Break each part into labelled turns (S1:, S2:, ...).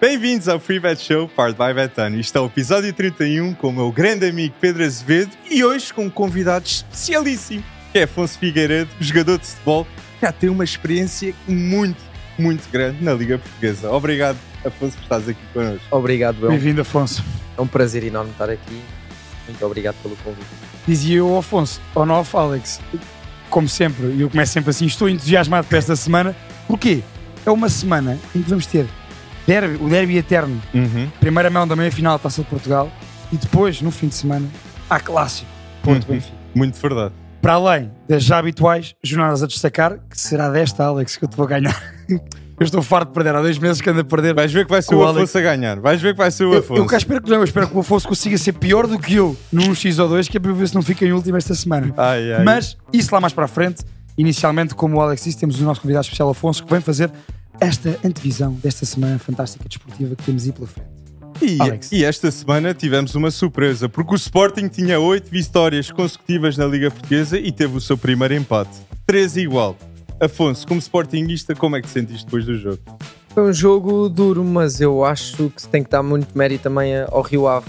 S1: Bem-vindos ao Free Bet Show, part by Betano. Isto é o episódio 31 com o meu grande amigo Pedro Azevedo e hoje com um convidado especialíssimo, que é Afonso Figueiredo, jogador de futebol, que já tem uma experiência muito, muito grande na Liga Portuguesa. Obrigado, Afonso, por estares aqui connosco.
S2: Obrigado,
S1: Então.
S2: Bel.
S3: Bem-vindo, Afonso.
S2: É um prazer enorme estar aqui. Muito obrigado pelo convite.
S3: Dizia eu, Afonso, on off, Alex, como sempre, e eu começo sempre assim, estou entusiasmado para esta semana. Porquê? É uma semana em que vamos ter derby, o derby eterno,
S1: Uhum.
S3: primeira mão da meia-final da Taça de Portugal, e depois, no fim de semana, há clássico, Porto
S1: Uhum.
S3: Benfica.
S1: Muito verdade.
S3: Para além das já habituais jornadas a destacar, que será desta, Alex, que eu te vou ganhar. eu estou farto de perder, há dois meses que ando a perder.
S1: Vais ver que vai ser
S3: Com
S1: o
S3: o Alex-
S1: Afonso a ganhar. Vais ver que vai ser o
S3: Eu,
S1: Afonso.
S3: eu cá espero que não, eu espero que o Afonso consiga ser pior do que eu num X ou 2, que é para ver se não fica em último esta semana.
S1: Ai, ai.
S3: Mas isso lá mais para a frente, inicialmente, como o Alex disse, temos o nosso convidado especial Afonso que vem fazer esta antevisão desta semana fantástica desportiva que temos aí pela frente.
S1: E,
S3: Alex.
S1: e esta semana tivemos uma surpresa, porque o Sporting tinha oito vitórias consecutivas na Liga Portuguesa e teve o seu primeiro empate. 13 igual. Afonso, como Sportingista, como é que te sentiste depois do jogo?
S2: Foi um jogo duro, mas eu acho que se tem que dar muito mérito também ao Rio Ave.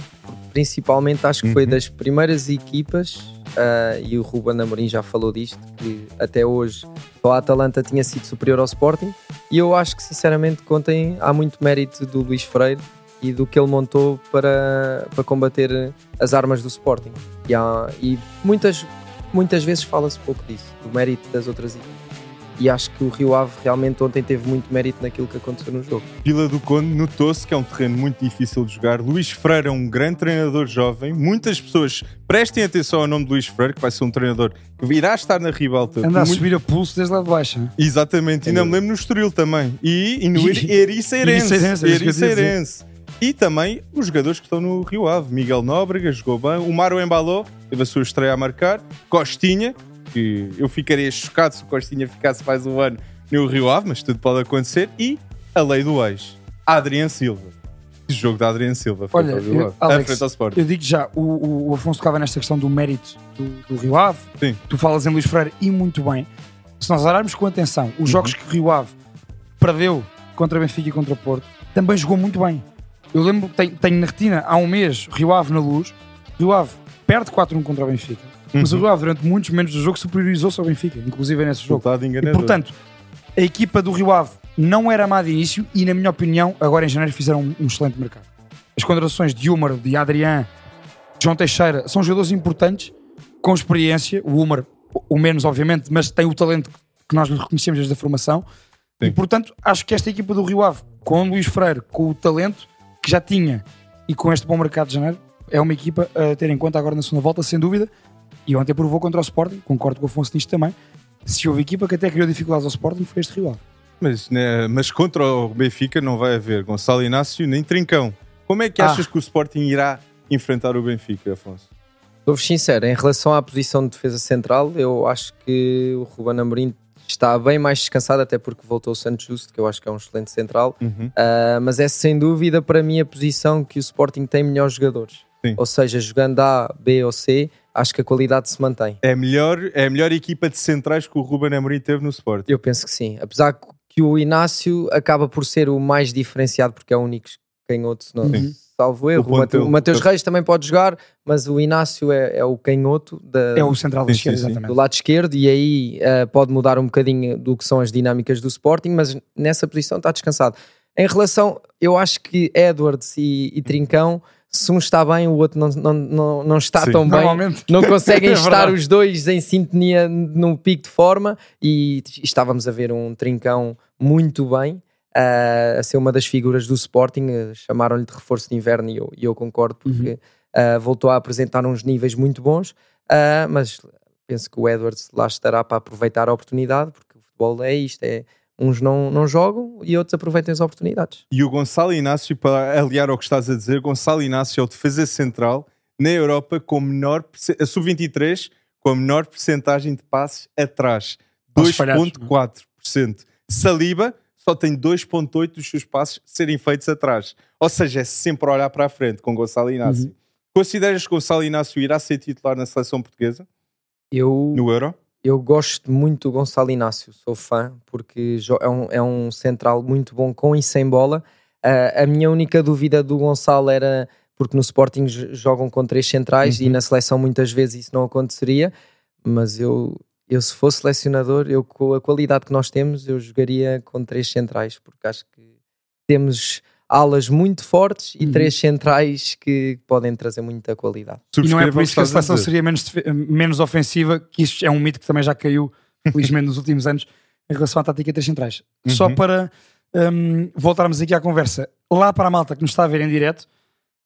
S2: Principalmente acho que foi
S1: Uhum.
S2: das primeiras equipas, ah, e o Ruben Amorim já falou disto, que até hoje só a Atalanta tinha sido superior ao Sporting. E eu acho que, sinceramente, contem, há muito mérito do Luís Freire e do que ele montou para, para combater as armas do Sporting. E, há- e muitas, muitas vezes fala-se pouco disso, do mérito das outras equipas. E acho que o Rio Ave realmente ontem teve muito mérito naquilo que aconteceu no jogo.
S1: Vila do Conde notou-se que é um terreno muito difícil de jogar. Luís Freire é um grande treinador jovem. Muitas pessoas prestem atenção ao nome de Luís Freire, que vai ser um treinador que irá estar na ribalta.
S3: Anda a
S1: Muito-
S3: subir a pulso desde lá de baixo. né?
S1: Exatamente, ainda me lembro no Estoril também. E, e no Eri-
S3: E-
S1: Ericeirense.
S3: Ericeirense, era isso que eu ia dizer.
S1: Ericeirense. E também os jogadores que estão no Rio Ave. Miguel Nóbrega jogou bem. O Mário Embalou teve a sua estreia a marcar. Costinha, que eu ficaria chocado se o Costinha ficasse mais um ano no Rio Ave, mas tudo pode acontecer. E a lei do ex, Adrian Silva. Que jogo da Adrian Silva. frente
S3: Olha,
S1: ao Rio
S3: eu-
S1: Ave.
S3: Alex,
S1: à frente ao Sporting.
S3: Eu digo já, o, o- o Afonso tocava nesta questão do mérito do, do Rio Ave.
S1: Sim.
S3: Tu falas em Luís Freire e muito bem. Se nós olharmos com atenção os jogos que o Rio Ave perdeu contra Benfica e contra Porto, também jogou muito bem. Eu lembro, tenho, tenho na retina, há um mês, Rio Ave na luz, Rio Ave perde 4-1 contra o Benfica. Mas o Rio Ave, durante muitos momentos do jogo, superiorizou-se ao Benfica, inclusive nesse jogo.
S1: Resultado
S3: E,
S1: enganador.
S3: portanto, a equipa do Rio Ave não era má de início e, na minha opinião, agora em janeiro fizeram um, um excelente mercado. As contratações de Húmero, de Adrián, de João Teixeira, são jogadores importantes, com experiência. O Húmero, o menos, obviamente, mas tem o talento que- que nós lhe reconhecemos desde a formação.
S1: Sim.
S3: E, portanto, acho que esta equipa do Rio Ave, com o Luís Freire, com o talento que já tinha e com este bom mercado de janeiro, é uma equipa a ter em conta agora na segunda volta, sem dúvida. E ontem provou contra o Sporting, concordo com o Afonso nisto também. Se houve equipa que até criou dificuldades ao Sporting, foi este Rio Ave.
S1: Mas, né, mas contra o Benfica não vai haver Gonçalo Inácio nem Trincão. Como é que
S3: Ah.
S1: achas que o Sporting irá enfrentar o Benfica, Afonso?
S2: Sou-vos sincero, em relação à posição de defesa central, eu acho que o Ruben Amorim está bem mais descansado, até porque voltou o Santos Justo, que eu acho que é um excelente central. Uh, mas é sem dúvida para mim a posição que o Sporting tem melhores jogadores.
S1: Sim.
S2: Ou seja, jogando A, B ou C, acho que a qualidade se mantém.
S1: É, a melhor, é a melhor equipa de centrais que o Ruben Amorim teve no Sporting.
S2: Eu penso que sim. Apesar que o Inácio acaba por ser o mais diferenciado, porque é o único que canhoto, se não,
S1: Sim.
S2: salvo
S1: O
S2: erro. O,
S1: ponto
S2: Mate-
S1: é o-
S2: o Mateus Reis também pode jogar, mas o Inácio é, é o canhoto da-
S3: É o central da
S1: Sim,
S3: esquerda,
S1: sim, sim.
S2: do
S3: exatamente.
S2: lado esquerdo, e aí eh, pode mudar um bocadinho do que são as dinâmicas do Sporting, mas nessa posição está descansado. Em relação, eu acho que Edwards e, e Trincão, se um está bem, o outro não, não, não, não está
S1: Sim.
S2: tão bem
S3: Normalmente.
S2: não conseguem
S3: É
S2: estar
S3: verdade.
S2: os dois em sintonia num pico de forma e t- estávamos a ver um trincão muito bem ah, a ser uma das figuras do Sporting eh, chamaram-lhe de reforço de inverno e eu, e eu concordo
S3: Uhum.
S2: porque ah, voltou a apresentar uns níveis muito bons ah, mas penso que o Edwards lá estará para aproveitar a oportunidade porque o futebol é isto é uns não, não jogam e outros aproveitam as oportunidades
S1: E o Gonçalo Inácio, para aliar ao que estás a dizer, Gonçalo Inácio é o defesa central na Europa com menor, perce- a sub-23 com a menor percentagem de passes atrás.
S3: Passos falhados, né?
S1: 2,4%. Saliba só tem 2,8% dos seus passes serem feitos atrás. Ou seja, é sempre olhar para a frente com Gonçalo Inácio.
S3: Uhum.
S1: Consideras que Gonçalo Inácio irá ser titular na seleção portuguesa,
S2: eu
S1: no Euro?
S2: Eu gosto muito do Gonçalo Inácio, sou fã, porque jo- é um, é um central muito bom com e sem bola. Ah, a minha única dúvida do Gonçalo era porque no Sporting j- jogam com três centrais e na seleção muitas vezes isso não aconteceria, mas eu, eu se fosse selecionador, eu com a qualidade que nós temos, eu jogaria com três centrais, porque acho que temos alas muito fortes e
S3: Uhum.
S2: três centrais que podem trazer muita qualidade.
S3: E não é
S1: Subscrevam
S3: por
S1: o
S3: isso que a
S1: estás
S3: seleção
S1: dizer.
S3: seria menos, defe- menos ofensiva, que isto é um mito que também já caiu, felizmente, nos últimos anos, em relação à tática 3 centrais. Só
S1: Uhum.
S3: para hum, voltarmos aqui à conversa, lá para a malta que nos está a ver em direto,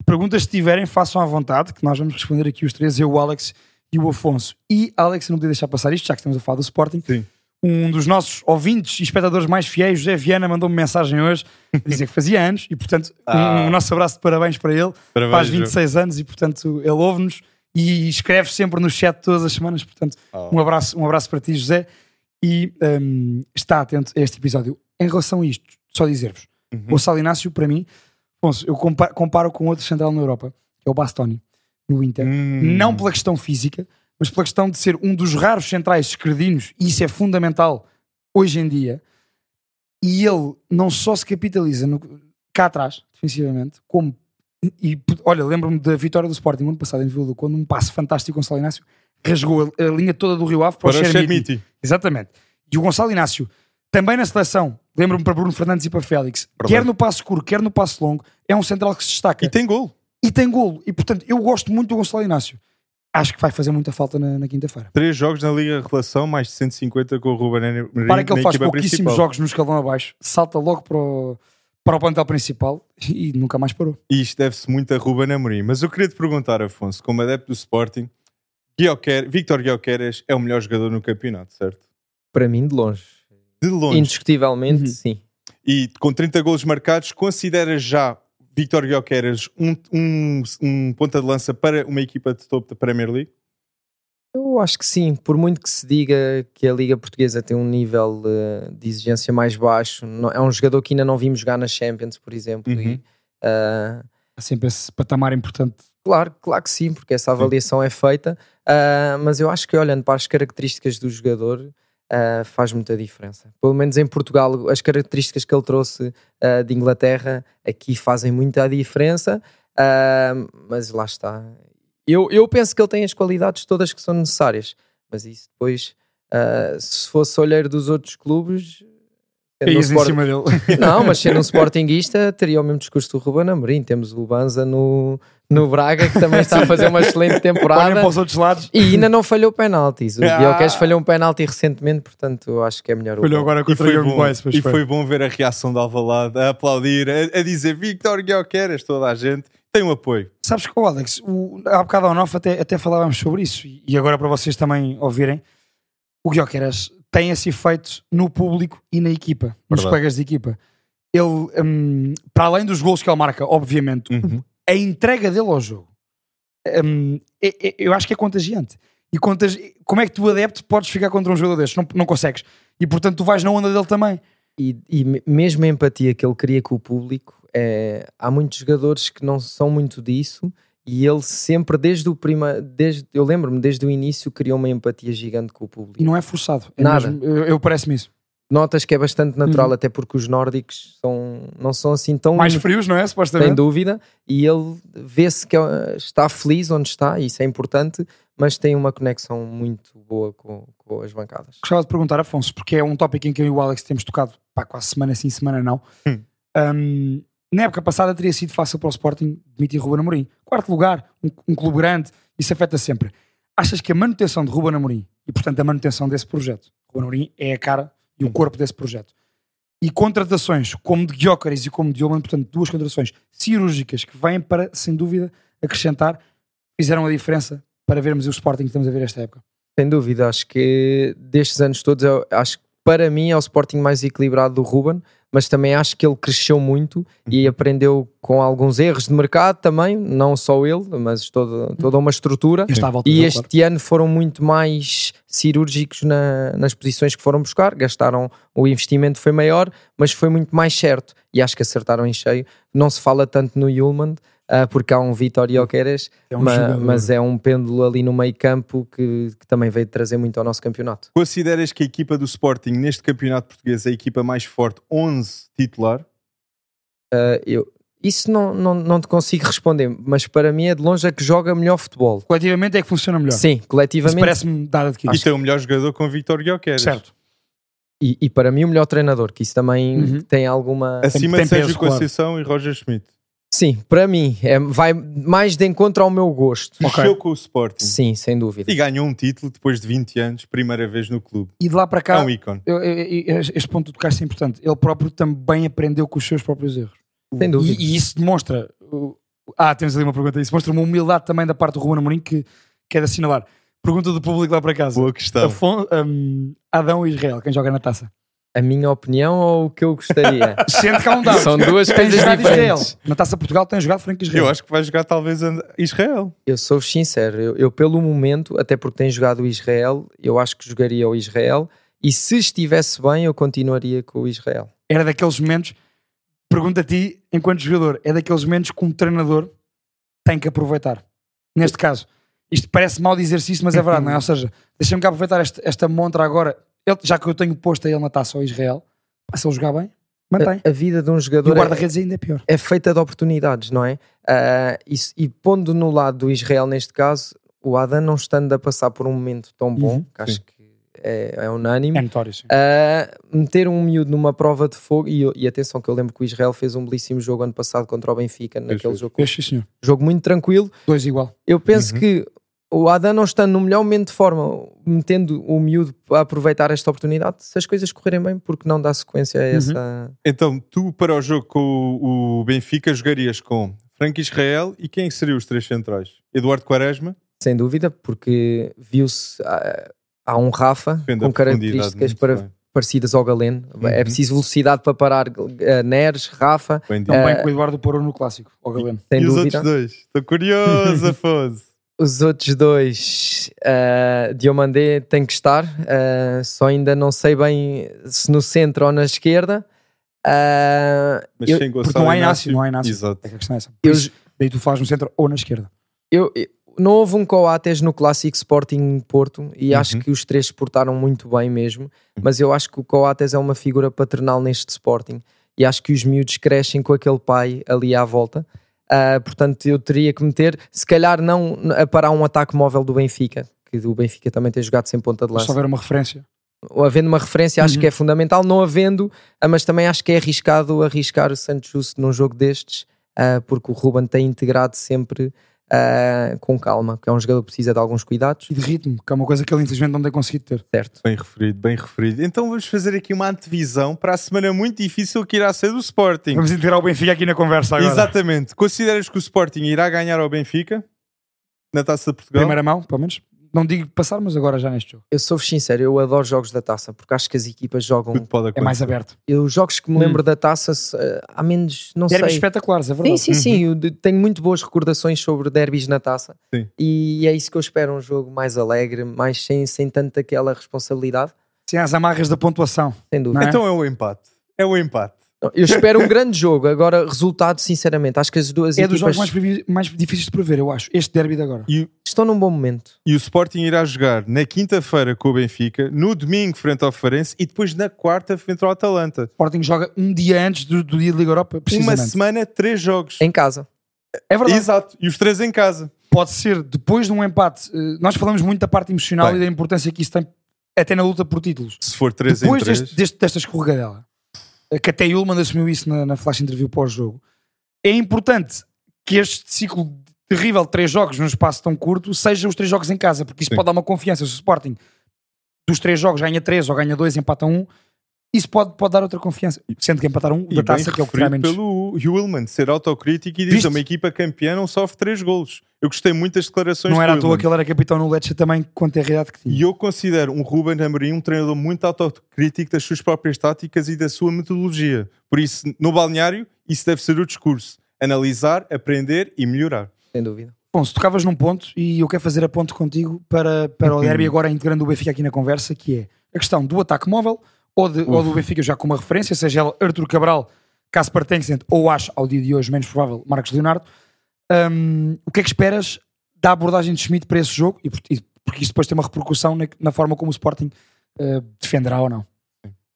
S3: perguntas que tiverem, façam à vontade, que nós vamos responder aqui os três, eu, o Alex e o Afonso. E, Alex, eu não podia deixar passar isto, já que estamos a falar do Sporting.
S1: Sim.
S3: Um dos nossos ouvintes e espectadores mais fiéis, José Viana, mandou-me mensagem hoje a dizer que fazia anos e, portanto, um-
S1: Ah.
S3: um nosso abraço de parabéns para ele
S1: Parabéns,
S3: faz
S1: João.
S3: 26 anos e, portanto, ele ouve-nos e escreve sempre no chat todas as semanas. Portanto,
S1: Oh.
S3: um, abraço, um abraço para ti, José. E hum, está atento a este episódio. Em relação a isto, só dizer-vos:
S1: Uhum.
S3: o Salinácio, para mim, Afonso, eu compa- comparo com outro central na Europa, que é o Bastoni, no Inter.
S1: Hum.
S3: Não pela questão física, mas pela questão de ser um dos raros centrais esquerdinos, e isso é fundamental hoje em dia. E ele não só se capitaliza no- cá atrás, defensivamente, como. E p- olha, lembro-me da vitória do Sporting no ano passado em Vila do Conde, um passe fantástico com o Gonçalo Inácio, rasgou a, a linha toda do Rio Ave para,
S1: Para o
S3: o Xermiti.
S1: Xermiti.
S3: Exatamente. E o Gonçalo Inácio, também na seleção, lembro-me para Bruno Fernandes e para Félix,
S1: Verdade.
S3: quer no passo curto, quer no passo longo, é um central que se destaca
S1: E tem gol.
S3: e tem golo. E portanto, eu gosto muito do Gonçalo Inácio. Acho que vai fazer muita falta na, na quinta-feira.
S1: Três jogos na Liga Relação, mais de 150 com o Ruben Amorim
S3: Para que ele
S1: na
S3: faz
S1: equipa
S3: pouquíssimos
S1: principal.
S3: jogos no escalão abaixo, salta logo para o, para o plantel principal e nunca mais parou.
S1: E isto deve-se muito a Ruben Amorim. Mas eu queria te perguntar, Afonso, como adepto do Sporting, Guioquer, Victor Guioqueres é o melhor jogador no campeonato, certo?
S2: Para mim, de longe.
S1: De longe.
S2: Indiscutivelmente,
S3: Uhum.
S2: sim.
S1: E com 30 golos marcados, considera já Victor Guioqueres um, um, um ponta de lança para uma equipa de topo da Premier League?
S2: Eu acho que sim, por muito que se diga que a Liga Portuguesa tem um nível eh, de exigência mais baixo, não- é um jogador que ainda não vimos jogar na Champions, por exemplo.
S1: Uhum.
S2: e, ah,
S3: Há sempre esse patamar importante.
S2: claro, claro que sim, porque essa avaliação é feita, ah, mas eu acho que olhando para as características do jogador ah, faz muita diferença. Pelo menos em Portugal, as características que ele trouxe ah, de Inglaterra aqui fazem muita diferença, ah, mas lá está. Eu, eu penso que ele tem as qualidades todas que são necessárias, mas isso depois, ah, se fosse olheiro dos outros clubes.
S1: É,
S2: sendo um
S3: Caías em
S2: Sport-
S3: cima dele.
S2: não, mas sendo um Sportinguista, teria o mesmo discurso do Ruben Amorim. Temos o Banza no, no Braga, que também está a fazer uma excelente
S3: Olhem para
S2: temporada.
S3: os outros lados.
S2: E ainda não falhou penaltis. O
S1: Ah.
S2: Guioquez falhou um penalti recentemente, portanto eu acho que é melhor o
S3: Olhou agora
S1: E
S3: contra o
S1: foi,
S3: Young
S1: bom,
S3: Boys. pois
S1: e foi bom ver a reação de Alvalade a aplaudir, a, a dizer Victor Guioqueres, toda a gente tem um apoio.
S3: Sabes que, o Alex, o, há bocado ao Nof até, até falávamos sobre isso, e e agora para vocês também ouvirem, o Guioqueras tem esse efeito no público e na equipa, nos
S1: Verdade.
S3: colegas de equipa. Ele, hum, para além dos gols que ele marca, obviamente, a entrega dele ao jogo, hum, é- é- eu acho que é contagiante. E contagi- como é que tu, adepto, podes ficar contra um jogador destes? Não, não consegues. E portanto, tu vais na onda dele também.
S2: E, e me- mesmo a empatia que ele cria com o público, é, há muitos jogadores que não são muito disso e ele sempre, desde o prima, desde, eu lembro-me, desde o início, criou uma empatia gigante com o público.
S3: E não é forçado. É
S2: Nada.
S3: mesmo- eu eu parece-me isso.
S2: Notas que é bastante natural,
S3: Uhum.
S2: até porque os nórdicos são, não são assim tão
S3: Mais frios, não é?
S2: sem
S3: Supostamente.
S2: dúvida, e ele vê-se que eh, está feliz onde está, e isso é importante, mas tem uma conexão muito boa com, com as bancadas.
S3: gostava de perguntar, Afonso, porque é um tópico em que eu e o Alex temos tocado pá, quase semana sim, semana não.
S1: Hum.
S3: Um, na época passada teria sido fácil para o Sporting demitir Ruben Amorim. Quarto lugar, um, um clube grande, isso afeta sempre. Achas que a manutenção de Ruben Amorim e, portanto, a manutenção desse projeto, Ruben Amorim é a cara e
S2: Hum.
S3: o corpo desse projeto, e contratações como de Guiócaris e como de Oman, portanto, duas contratações cirúrgicas que vêm para, sem dúvida, acrescentar, fizeram a diferença para vermos o Sporting que estamos a ver esta época.
S2: Sem dúvida, acho que destes anos todos, eu acho que para mim é o Sporting mais equilibrado do Ruben, mas também acho que ele cresceu muito e aprendeu com alguns erros de mercado também, não só ele, mas toda, toda uma estrutura.
S3: Eu estava à volta
S2: E
S3: dele,
S2: este
S3: claro.
S2: ano foram muito mais cirúrgicos na- nas posições que foram buscar, gastaram, o investimento foi maior, mas foi muito mais certo e acho que acertaram em cheio. Não se fala tanto no Yulman, ah, porque há um Vitor Ioqueres,
S3: É um
S2: ma-
S3: jogador.
S2: mas é um pêndulo ali no meio campo que, que também veio trazer muito ao nosso campeonato.
S1: Consideras que a equipa do Sporting neste campeonato português é a equipa mais forte, 11 titular?
S2: ah, eu, isso não, não, não te consigo responder, mas para mim é de longe a que joga melhor futebol.
S3: Coletivamente é que funciona melhor.
S2: Sim,
S3: Isso
S2: coletivamente.
S3: parece-me dar
S1: E
S3: adquirido.
S1: tem o melhor jogador com o Victor Guioqueres.
S3: Certo.
S2: E, e para mim o melhor treinador, que isso também
S3: Uhum.
S2: tem alguma.
S1: Acima
S3: Tem
S1: de Sérgio
S3: peso, claro.
S1: Conceição e Roger Schmidt.
S2: Sim, para mim é, vai mais de encontro ao meu gosto.
S3: Ok.
S1: Mexeu com o Sporting.
S2: Sim, sem dúvida.
S1: E ganhou um título depois de 20 anos, primeira vez no clube.
S3: E de lá para
S1: É
S3: cá,
S1: um ícone.
S3: eu- eu- eu- este ponto do Castro é importante. Ele próprio também aprendeu com os seus próprios erros.
S2: Sem dúvida.
S3: E, e isso demonstra. o- Ah, temos ali uma pergunta. Isso mostra uma humildade também da parte do Ruben Amorim que quero assinalar. Pergunta do público lá para casa.
S1: Boa questão.
S3: Afon- hum, Adão e Israel, quem joga na taça?
S2: A minha opinião ou o que eu gostaria?
S3: Sente cá um dado.
S2: São duas
S3: Tem
S2: coisas
S3: jogado Israel.
S2: diferentes.
S3: Na taça Portugal tem jogado Franco Israel.
S1: Eu acho que vai jogar talvez And- Israel.
S2: Eu sou sincero, eu, eu pelo momento, até porque tem jogado o Israel, eu acho que jogaria o Israel e se estivesse bem, eu continuaria com o Israel.
S3: Era daqueles momentos. Pergunta a ti, enquanto jogador, é daqueles momentos que um treinador tem que aproveitar. Neste caso, isto parece mal dizer-se isso, mas é verdade, não é? Ou seja, deixa-me cá aproveitar este- esta montra agora, Ele- já que eu tenho posto a ele na taça ao Israel, pá, se ele jogar bem, mantém.
S2: A, a vida de um
S3: E o
S2: jogador é,
S3: guarda-redes ainda é pior.
S2: é feita de oportunidades, não é? Ah, isso- e pondo no lado do Israel, neste caso, o Adam não estando a passar por um momento tão bom,
S3: Uhum,
S2: que acho que é, é unânime,
S3: É notório, sim.
S2: a meter um miúdo numa prova de fogo. E, eu- e atenção, que eu lembro que o Israel fez um belíssimo jogo ano passado contra o Benfica, naquele
S1: fez.
S2: jogo,
S3: Eu acho, sim, senhor.
S2: jogo muito tranquilo.
S3: Dois igual.
S2: Eu penso
S1: Uhum.
S2: que o Adam não estando no melhor momento de forma, metendo o miúdo a aproveitar esta oportunidade, se as coisas correrem bem, porque não dá sequência a
S1: Uhum.
S2: essa.
S1: Então, tu para o jogo com o o Benfica jogarias com Franco Israel e quem é seriam os três centrais? Eduardo Quaresma?
S2: Sem dúvida, porque viu-se. ah, Há um Rafa
S1: Depende da
S2: com características
S1: profundidade, muito
S2: para-
S1: bem. Uhum.
S2: parecidas ao Galeno. É preciso velocidade para parar ah, Neres, Rafa,
S1: Bem dito.
S3: Não bem com o Eduardo Porou no clássico, ao Galeno.
S2: sem
S1: É. e os
S2: dúvida.
S1: outros dois? Estou curioso, Afonso.
S2: Os outros dois, ah, Diomandé tem que estar, ah, só ainda não sei bem se no centro ou na esquerda. Ah,
S1: Mas
S2: eu,
S1: sem gostar
S3: Porque não há Inácio, não há Inácio.
S1: Exato.
S3: É que a questão é essa. Por
S2: eu-
S3: isso, daí tu falas no centro ou na esquerda.
S2: eu- eu- não houve um coates no clássico Sporting Porto e acho
S1: Uhum.
S2: que os três se portaram muito bem mesmo, mas eu acho que o coates é uma figura paternal neste Sporting e acho que os miúdos crescem com aquele pai ali à volta. Ah, portanto, eu teria que meter, se calhar não a parar um ataque móvel do Benfica, que o Benfica também tem jogado sem ponta de
S3: Mas
S2: lança.
S3: Se houver uma referência.
S2: ou havendo uma referência, acho
S3: Uhum.
S2: que é fundamental. Não havendo, ah, mas também acho que é arriscado arriscar o Santos Justo num jogo destes, ah, porque o Ruben tem integrado sempre ah, com calma, que é um jogador que precisa de alguns cuidados,
S3: E de ritmo, que é uma coisa que ele infelizmente não tem conseguido ter.
S2: certo?
S1: Bem referido, bem referido. Então vamos fazer aqui uma antevisão para a semana muito difícil que irá ser do Sporting.
S3: Vamos integrar o Benfica aqui na conversa agora.
S1: Exatamente. Consideras que o Sporting irá ganhar ao Benfica na Taça de Portugal?
S3: Primeira mão, pelo menos. Não digo passar, mas agora já neste jogo.
S2: Eu sou sincero, eu adoro jogos da taça, porque acho que as equipas
S1: Tudo
S2: jogam.
S1: pode
S3: É
S1: acontecer.
S3: mais aberto.
S2: Eu, os jogos que me
S3: Hum.
S2: lembro da taça, se- ah, há menos, não
S3: Éramos
S2: sei.
S3: espetaculares, é verdade.
S2: Sim, sim, sim. Eu de- tenho muito boas recordações sobre derbys na taça.
S1: Sim.
S2: E é isso que eu espero: um jogo mais alegre, mais sem, sem tanta aquela responsabilidade.
S3: Sem as amarras da pontuação.
S2: Sem dúvida.
S3: Não é?
S1: Então é o empate. É o empate.
S2: Não, Eu espero um grande jogo. Agora, resultado, sinceramente, acho que as duas
S3: É dos
S2: equipas
S3: jogos mais, previ- mais difíceis de prever, eu acho. Este derby de agora.
S2: estão num bom momento.
S1: E o Sporting irá jogar na quinta-feira com o Benfica, no domingo frente ao Farense e depois na quarta frente ao Atalanta.
S3: O Sporting joga um dia antes do, do dia da Liga Europa,
S1: Uma
S3: precisamente.
S1: semana, três jogos.
S2: Em casa.
S3: É verdade.
S1: Exato. E os três em casa.
S3: Pode ser, depois de um empate, eh, nós falamos muito da parte emocional
S1: Bem.
S3: e da importância que isso tem até na luta por títulos.
S1: Se for três
S3: Depois
S1: em três.
S3: deste, deste, desta escorregadela, eh, que até Ullman assumiu isso na, na flash interview pós-jogo, é importante que este ciclo terrível de três jogos num espaço tão curto seja os três jogos em casa, porque isso
S1: Sim.
S3: pode dar uma confiança. Se o Sporting dos três jogos ganha três ou ganha dois, empata um, isso pode, pode dar outra confiança. Sendo que empatar um
S1: E
S3: da
S1: bem
S3: taça, que é o que
S1: referido
S3: realmente-
S1: pelo Hulman, ser autocrítico e diz
S3: Viste?
S1: uma equipa campeã não sofre três golos. Eu gostei muito das declarações
S3: Não
S1: do
S3: era à toa
S1: Ullmann.
S3: que ele era capitão no Lecce também, quanto é a realidade que tinha.
S1: E eu considero um Ruben Amorim um treinador muito autocrítico das suas próprias táticas e da sua metodologia. Por isso, no balneário, isso deve ser o discurso. Analisar, aprender e melhorar.
S2: Sem dúvida.
S3: Bom, se tocavas num ponto e eu quero fazer a ponto contigo para, para o
S1: Uhum.
S3: derby agora integrando o Benfica aqui na conversa, que é a questão do ataque móvel ou, de- ou do Benfica já com uma referência, seja ela Arthur Cabral, Casper Tencent ou acho, ao dia de hoje, menos provável, Marcos Leonardo. Hum, o que é que esperas da abordagem de Schmidt para esse jogo? E, por- e porque isso depois tem uma repercussão na, na forma como o Sporting eh, defenderá ou não.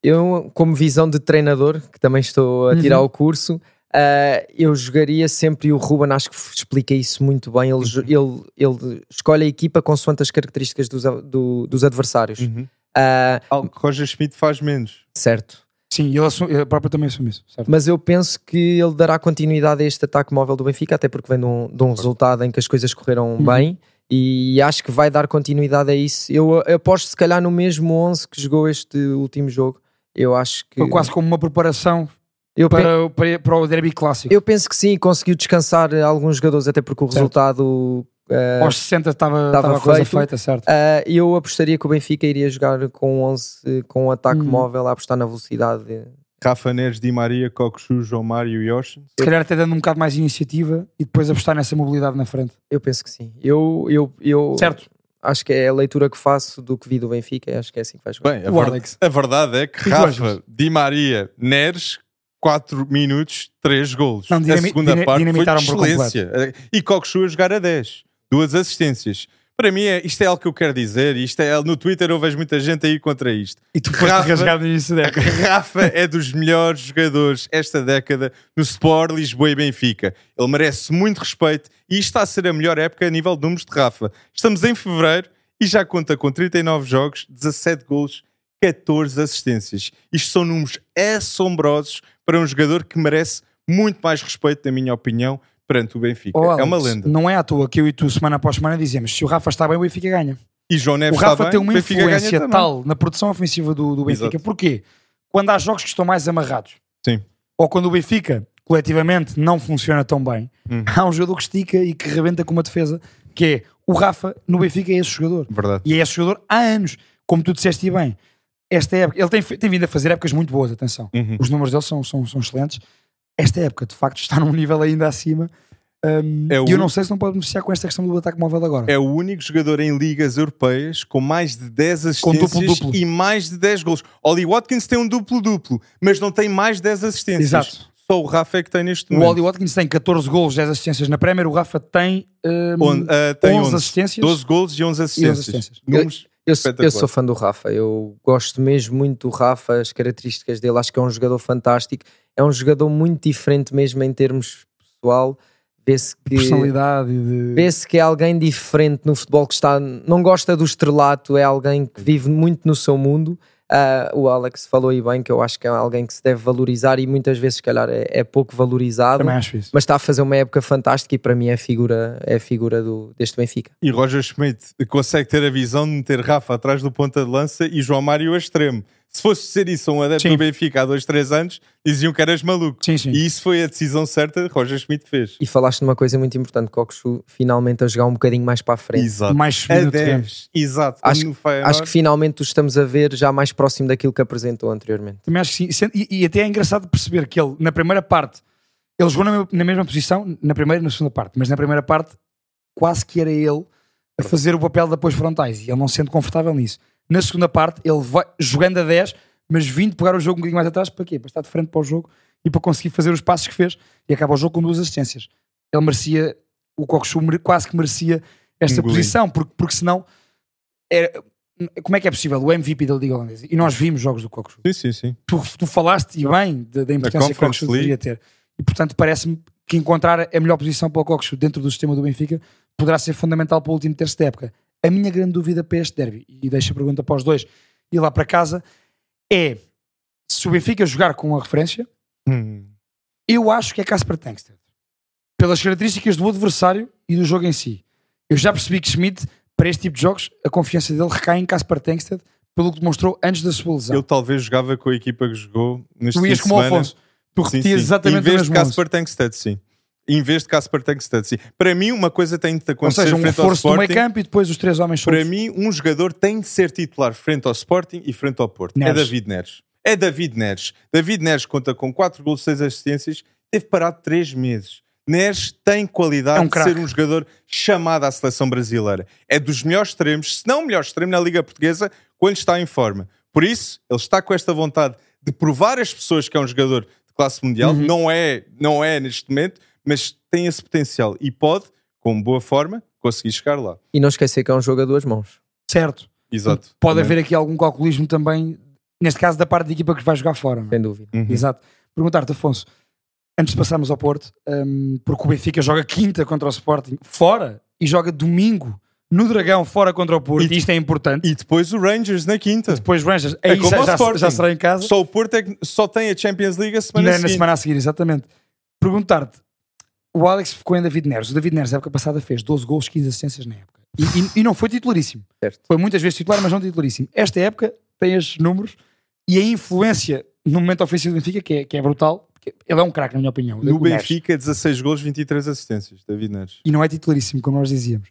S2: Eu, como visão de treinador, que também estou a tirar
S3: Uhum.
S2: o curso, Ah, eu jogaria sempre, e o Ruben acho que f- explica isso muito bem. Ele, jo- ele, ele escolhe a equipa consoante as características dos, a- do- dos adversários.
S1: Uhum.
S2: Ah,
S1: Algo que Roger Schmidt faz menos.
S2: certo.
S3: Sim, ele, assu- ele próprio também assume isso. Certo?
S2: Mas eu penso que ele dará continuidade a este ataque móvel do Benfica, até porque vem de um, de um resultado em que as coisas correram
S3: Uhum.
S2: bem e acho que vai dar continuidade a isso. Eu a- aposto, se calhar, no mesmo 11 que jogou este último jogo. Eu acho que.
S3: Foi quase como uma preparação
S2: eu pe-
S3: para, para, para o derby clássico.
S2: Eu penso que sim, conseguiu descansar alguns jogadores, até porque o
S3: Certo.
S2: resultado. eh,
S3: Aos 60 estava,
S2: Estava
S3: estava a coisa
S2: feito.
S3: feita, certo?
S2: eh, eu apostaria que o Benfica iria jogar com 11, eh, com um ataque
S3: Hum.
S2: móvel, a apostar na velocidade.
S1: Rafa Neres, Di Maria, Cocosu, João Mário e Ocean.
S3: Se calhar até dando um bocado mais iniciativa e depois apostar nessa mobilidade na frente.
S2: Eu penso que sim. Eu, eu, eu
S3: Certo.
S2: acho que é a leitura que faço do que vi do Benfica. e Acho que é assim que vai jogar.
S1: Bem, a,
S3: O
S1: ver-
S3: Alex.
S1: a verdade é que
S3: tu achas?
S1: Rafa, Di Maria, Neres, 4 minutos, 3 golos.
S3: Não,
S1: a
S3: dinami-
S1: segunda
S3: dina-
S1: parte foi
S3: dinamitaram
S1: de
S3: por completo.
S1: excelência. Eh, E Cocosu a jogar a 10. Duas assistências. Para mim, é, isto é algo que eu quero dizer. e Isto é, no Twitter eu vejo muita gente aí contra isto.
S3: E tu
S1: foste rasgado
S3: no início dela.
S1: Rafa é dos melhores jogadores esta década no Sport Lisboa e Benfica. Ele merece muito respeito e isto está a ser a melhor época a nível de números de Rafa. Estamos em fevereiro e já conta com 39 jogos, 17 golos, 14 assistências. Isto são números assombrosos para um jogador que merece muito mais respeito, na minha opinião, perante o Benfica. é uma lenda.
S3: Não é à toa que eu e tu, semana após semana, dizemos se o Rafa está bem, o Benfica ganha.
S1: E João
S3: o
S1: Neves É, está
S3: Rafa
S1: bem,
S3: tem uma
S1: o Benfica ganha
S3: influência
S1: também.
S3: tal na produção ofensiva do, do Benfica.
S1: Exato.
S3: Porquê? Quando há jogos que estão mais amarrados.
S1: Sim.
S3: Ou quando o Benfica, coletivamente, não funciona tão bem.
S1: Hum.
S3: Há um jogador que estica e que rebenta com uma defesa, que é o Rafa, no Benfica é esse jogador.
S1: Verdade.
S3: E é esse jogador há anos, como tu disseste e bem. Esta época, ele tem, fe- tem vindo a fazer épocas muito boas, atenção.
S1: Uhum.
S3: Os números dele são, são, são excelentes. Esta época, de facto, está num nível ainda acima. hum,
S1: É o-
S3: e eu não sei se não pode beneficiar com esta questão do ataque móvel agora.
S1: é o único jogador em ligas europeias com mais de 10
S3: Com
S1: assistências
S3: duplo-duplo.
S1: e mais de 10 gols. Ollie Watkins tem um duplo-duplo, mas não tem mais 10 assistências.
S3: Exato.
S1: Só o Rafa é que tem neste
S3: O
S1: momento.
S3: Oli Watkins tem 14 gols, 10 assistências na Premier. O Rafa tem, hum,
S1: Onde, ah, tem
S3: 11
S1: 11,
S3: assistências.
S1: 12 gols e 11 assistências.
S3: assistências.
S1: Números-
S2: Eu, sou- eu
S1: Espetacular.
S2: sou fã do Rafa, eu gosto mesmo muito do Rafa, as características dele, acho que é um jogador fantástico, é um jogador muito diferente mesmo em termos pessoal, vê-se que,
S3: Personalidade e de...
S2: vê-se que é alguém diferente no futebol que está, não gosta do estrelato, é alguém que vive muito no seu mundo, Ah, o Alex falou aí bem que eu acho que é alguém que se deve valorizar e muitas vezes se calhar é, é pouco valorizado,
S3: Também acho isso.
S2: mas está a fazer uma época fantástica e para mim é a figura, é a figura do, deste Benfica.
S1: E Roger Schmidt consegue ter a visão de meter Rafa atrás do ponta de lança e João Mário a extremo. Se fosse ser isso a um adepto
S3: Sim.
S1: do Benfica há 2, 3 anos, diziam que eras maluco.
S3: Sim, sim.
S1: E isso foi a decisão certa que Roger Schmidt fez.
S2: E falaste de uma coisa muito importante, Kokshu finalmente a jogar um bocadinho mais para a frente.
S1: Exato.
S3: Mais
S1: A
S3: subido no terreno.
S1: 10. Exato.
S2: Acho-
S1: Como no
S3: é
S1: Feyenoord.
S2: Acho que finalmente o estamos a ver já mais próximo daquilo que apresentou anteriormente.
S3: Também acho que sim. Sendo- E, e até é engraçado perceber que ele, na primeira parte, ele jogou na, na mesma posição, na primeira e na segunda parte, mas na primeira parte quase que era ele a fazer o papel de apoios frontais e ele não se sente confortável nisso. Na segunda parte, ele vai jogando a 10, mas vindo pegar o jogo um bocadinho mais atrás, para quê? Para estar de frente para o jogo e para conseguir fazer os passos que fez e acaba o jogo com duas assistências. Ele merecia, o Coxu quase que merecia esta
S1: Engolir.
S3: posição, porque, porque senão era- Como é que é possível o MVP da Liga Holandesa? E nós vimos jogos do Coxu
S1: Sim, sim, sim.
S3: tu, tu falaste e bem da, da
S1: Na
S3: importância que o
S1: Conference
S3: Coxo deveria ter. E portanto, parece-me que encontrar a melhor posição para o Coxo dentro do sistema do Benfica poderá ser fundamental para o último terço da época. A minha grande dúvida para este derby, e deixo a pergunta para os dois e lá para casa, é se o Benfica jogar com a referência,
S1: Hum.
S3: eu acho que é caso para Tankstead. Pelas características do adversário e do jogo em si. Eu já percebi que Schmidt, para este tipo de jogos, a confiança dele recai em Casper Tankstead, pelo que demonstrou antes da sua lesão.
S1: Ele talvez jogava com a equipa que jogou neste
S3: Tu
S1: fim
S3: ias
S1: de
S3: como o
S1: semana.
S3: Afonso. Tu
S1: Sim,
S3: repetias
S1: sim.
S3: exatamente
S1: em vez
S3: o
S1: de
S3: mesmo onze.
S1: Casper Tankstead, sim. Em vez de Casper Tankstead, sim. Para mim, uma coisa tem de
S3: Ou
S1: acontecer
S3: seja, um
S1: frente ao
S3: reforço do meio
S1: Sporting.
S3: campo e depois os três homens
S1: Para
S3: soltos.
S1: mim, um jogador tem de ser titular frente ao Sporting e frente ao Porto. É
S3: Neres.
S1: David Neres. É David Neres. David Neres conta com 4 gols, 6 assistências, teve parado 3 meses. Neres tem qualidade
S3: É um
S1: de ser
S3: craque.
S1: um jogador chamado à seleção brasileira. É dos melhores extremos, se não o melhor extremo na Liga Portuguesa, quando está em forma. Por isso, ele está com esta vontade de provar às pessoas que é um jogador de classe mundial.
S3: Uhum.
S1: Não, é, não é neste momento, mas tem esse potencial e pode, com boa forma, conseguir chegar lá.
S2: E não esquecer que é um jogo a duas mãos.
S3: certo.
S1: Exato.
S3: Pode
S1: Também.
S3: haver aqui algum calculismo também, neste caso da parte da equipa que vai jogar fora. não é?
S2: Sem dúvida.
S1: Uhum.
S3: Exato. Perguntar-te, Afonso, antes de passarmos ao Porto, hum, porque o Benfica joga quinta contra o Sporting fora e joga domingo no Dragão fora contra o Porto,
S1: E-
S3: e, isto é importante.
S1: E depois o Rangers na quinta.
S3: depois Rangers,
S1: É
S3: aí
S1: como ao
S3: já, já,
S1: Sporting.
S3: já será em casa.
S1: Só o Porto é que só tem a Champions League a semana
S3: na, na
S1: seguinte.
S3: semana a seguir, exatamente. Perguntar-te, o Alex ficou em David Neres. O David Neres, na época passada, fez 12 gols, 15 assistências na época. E, e- e não foi titularíssimo.
S2: Certo.
S3: Foi muitas vezes titular, mas não titularíssimo. Esta época tem estes números e a influência no momento ofensivo do Benfica, que é, que é brutal, porque ele é um craque, na minha opinião. o
S1: No
S3: Neres.
S1: Benfica, 16 golos, 23 assistências. David Neres.
S3: E não é titularíssimo, como nós dizíamos.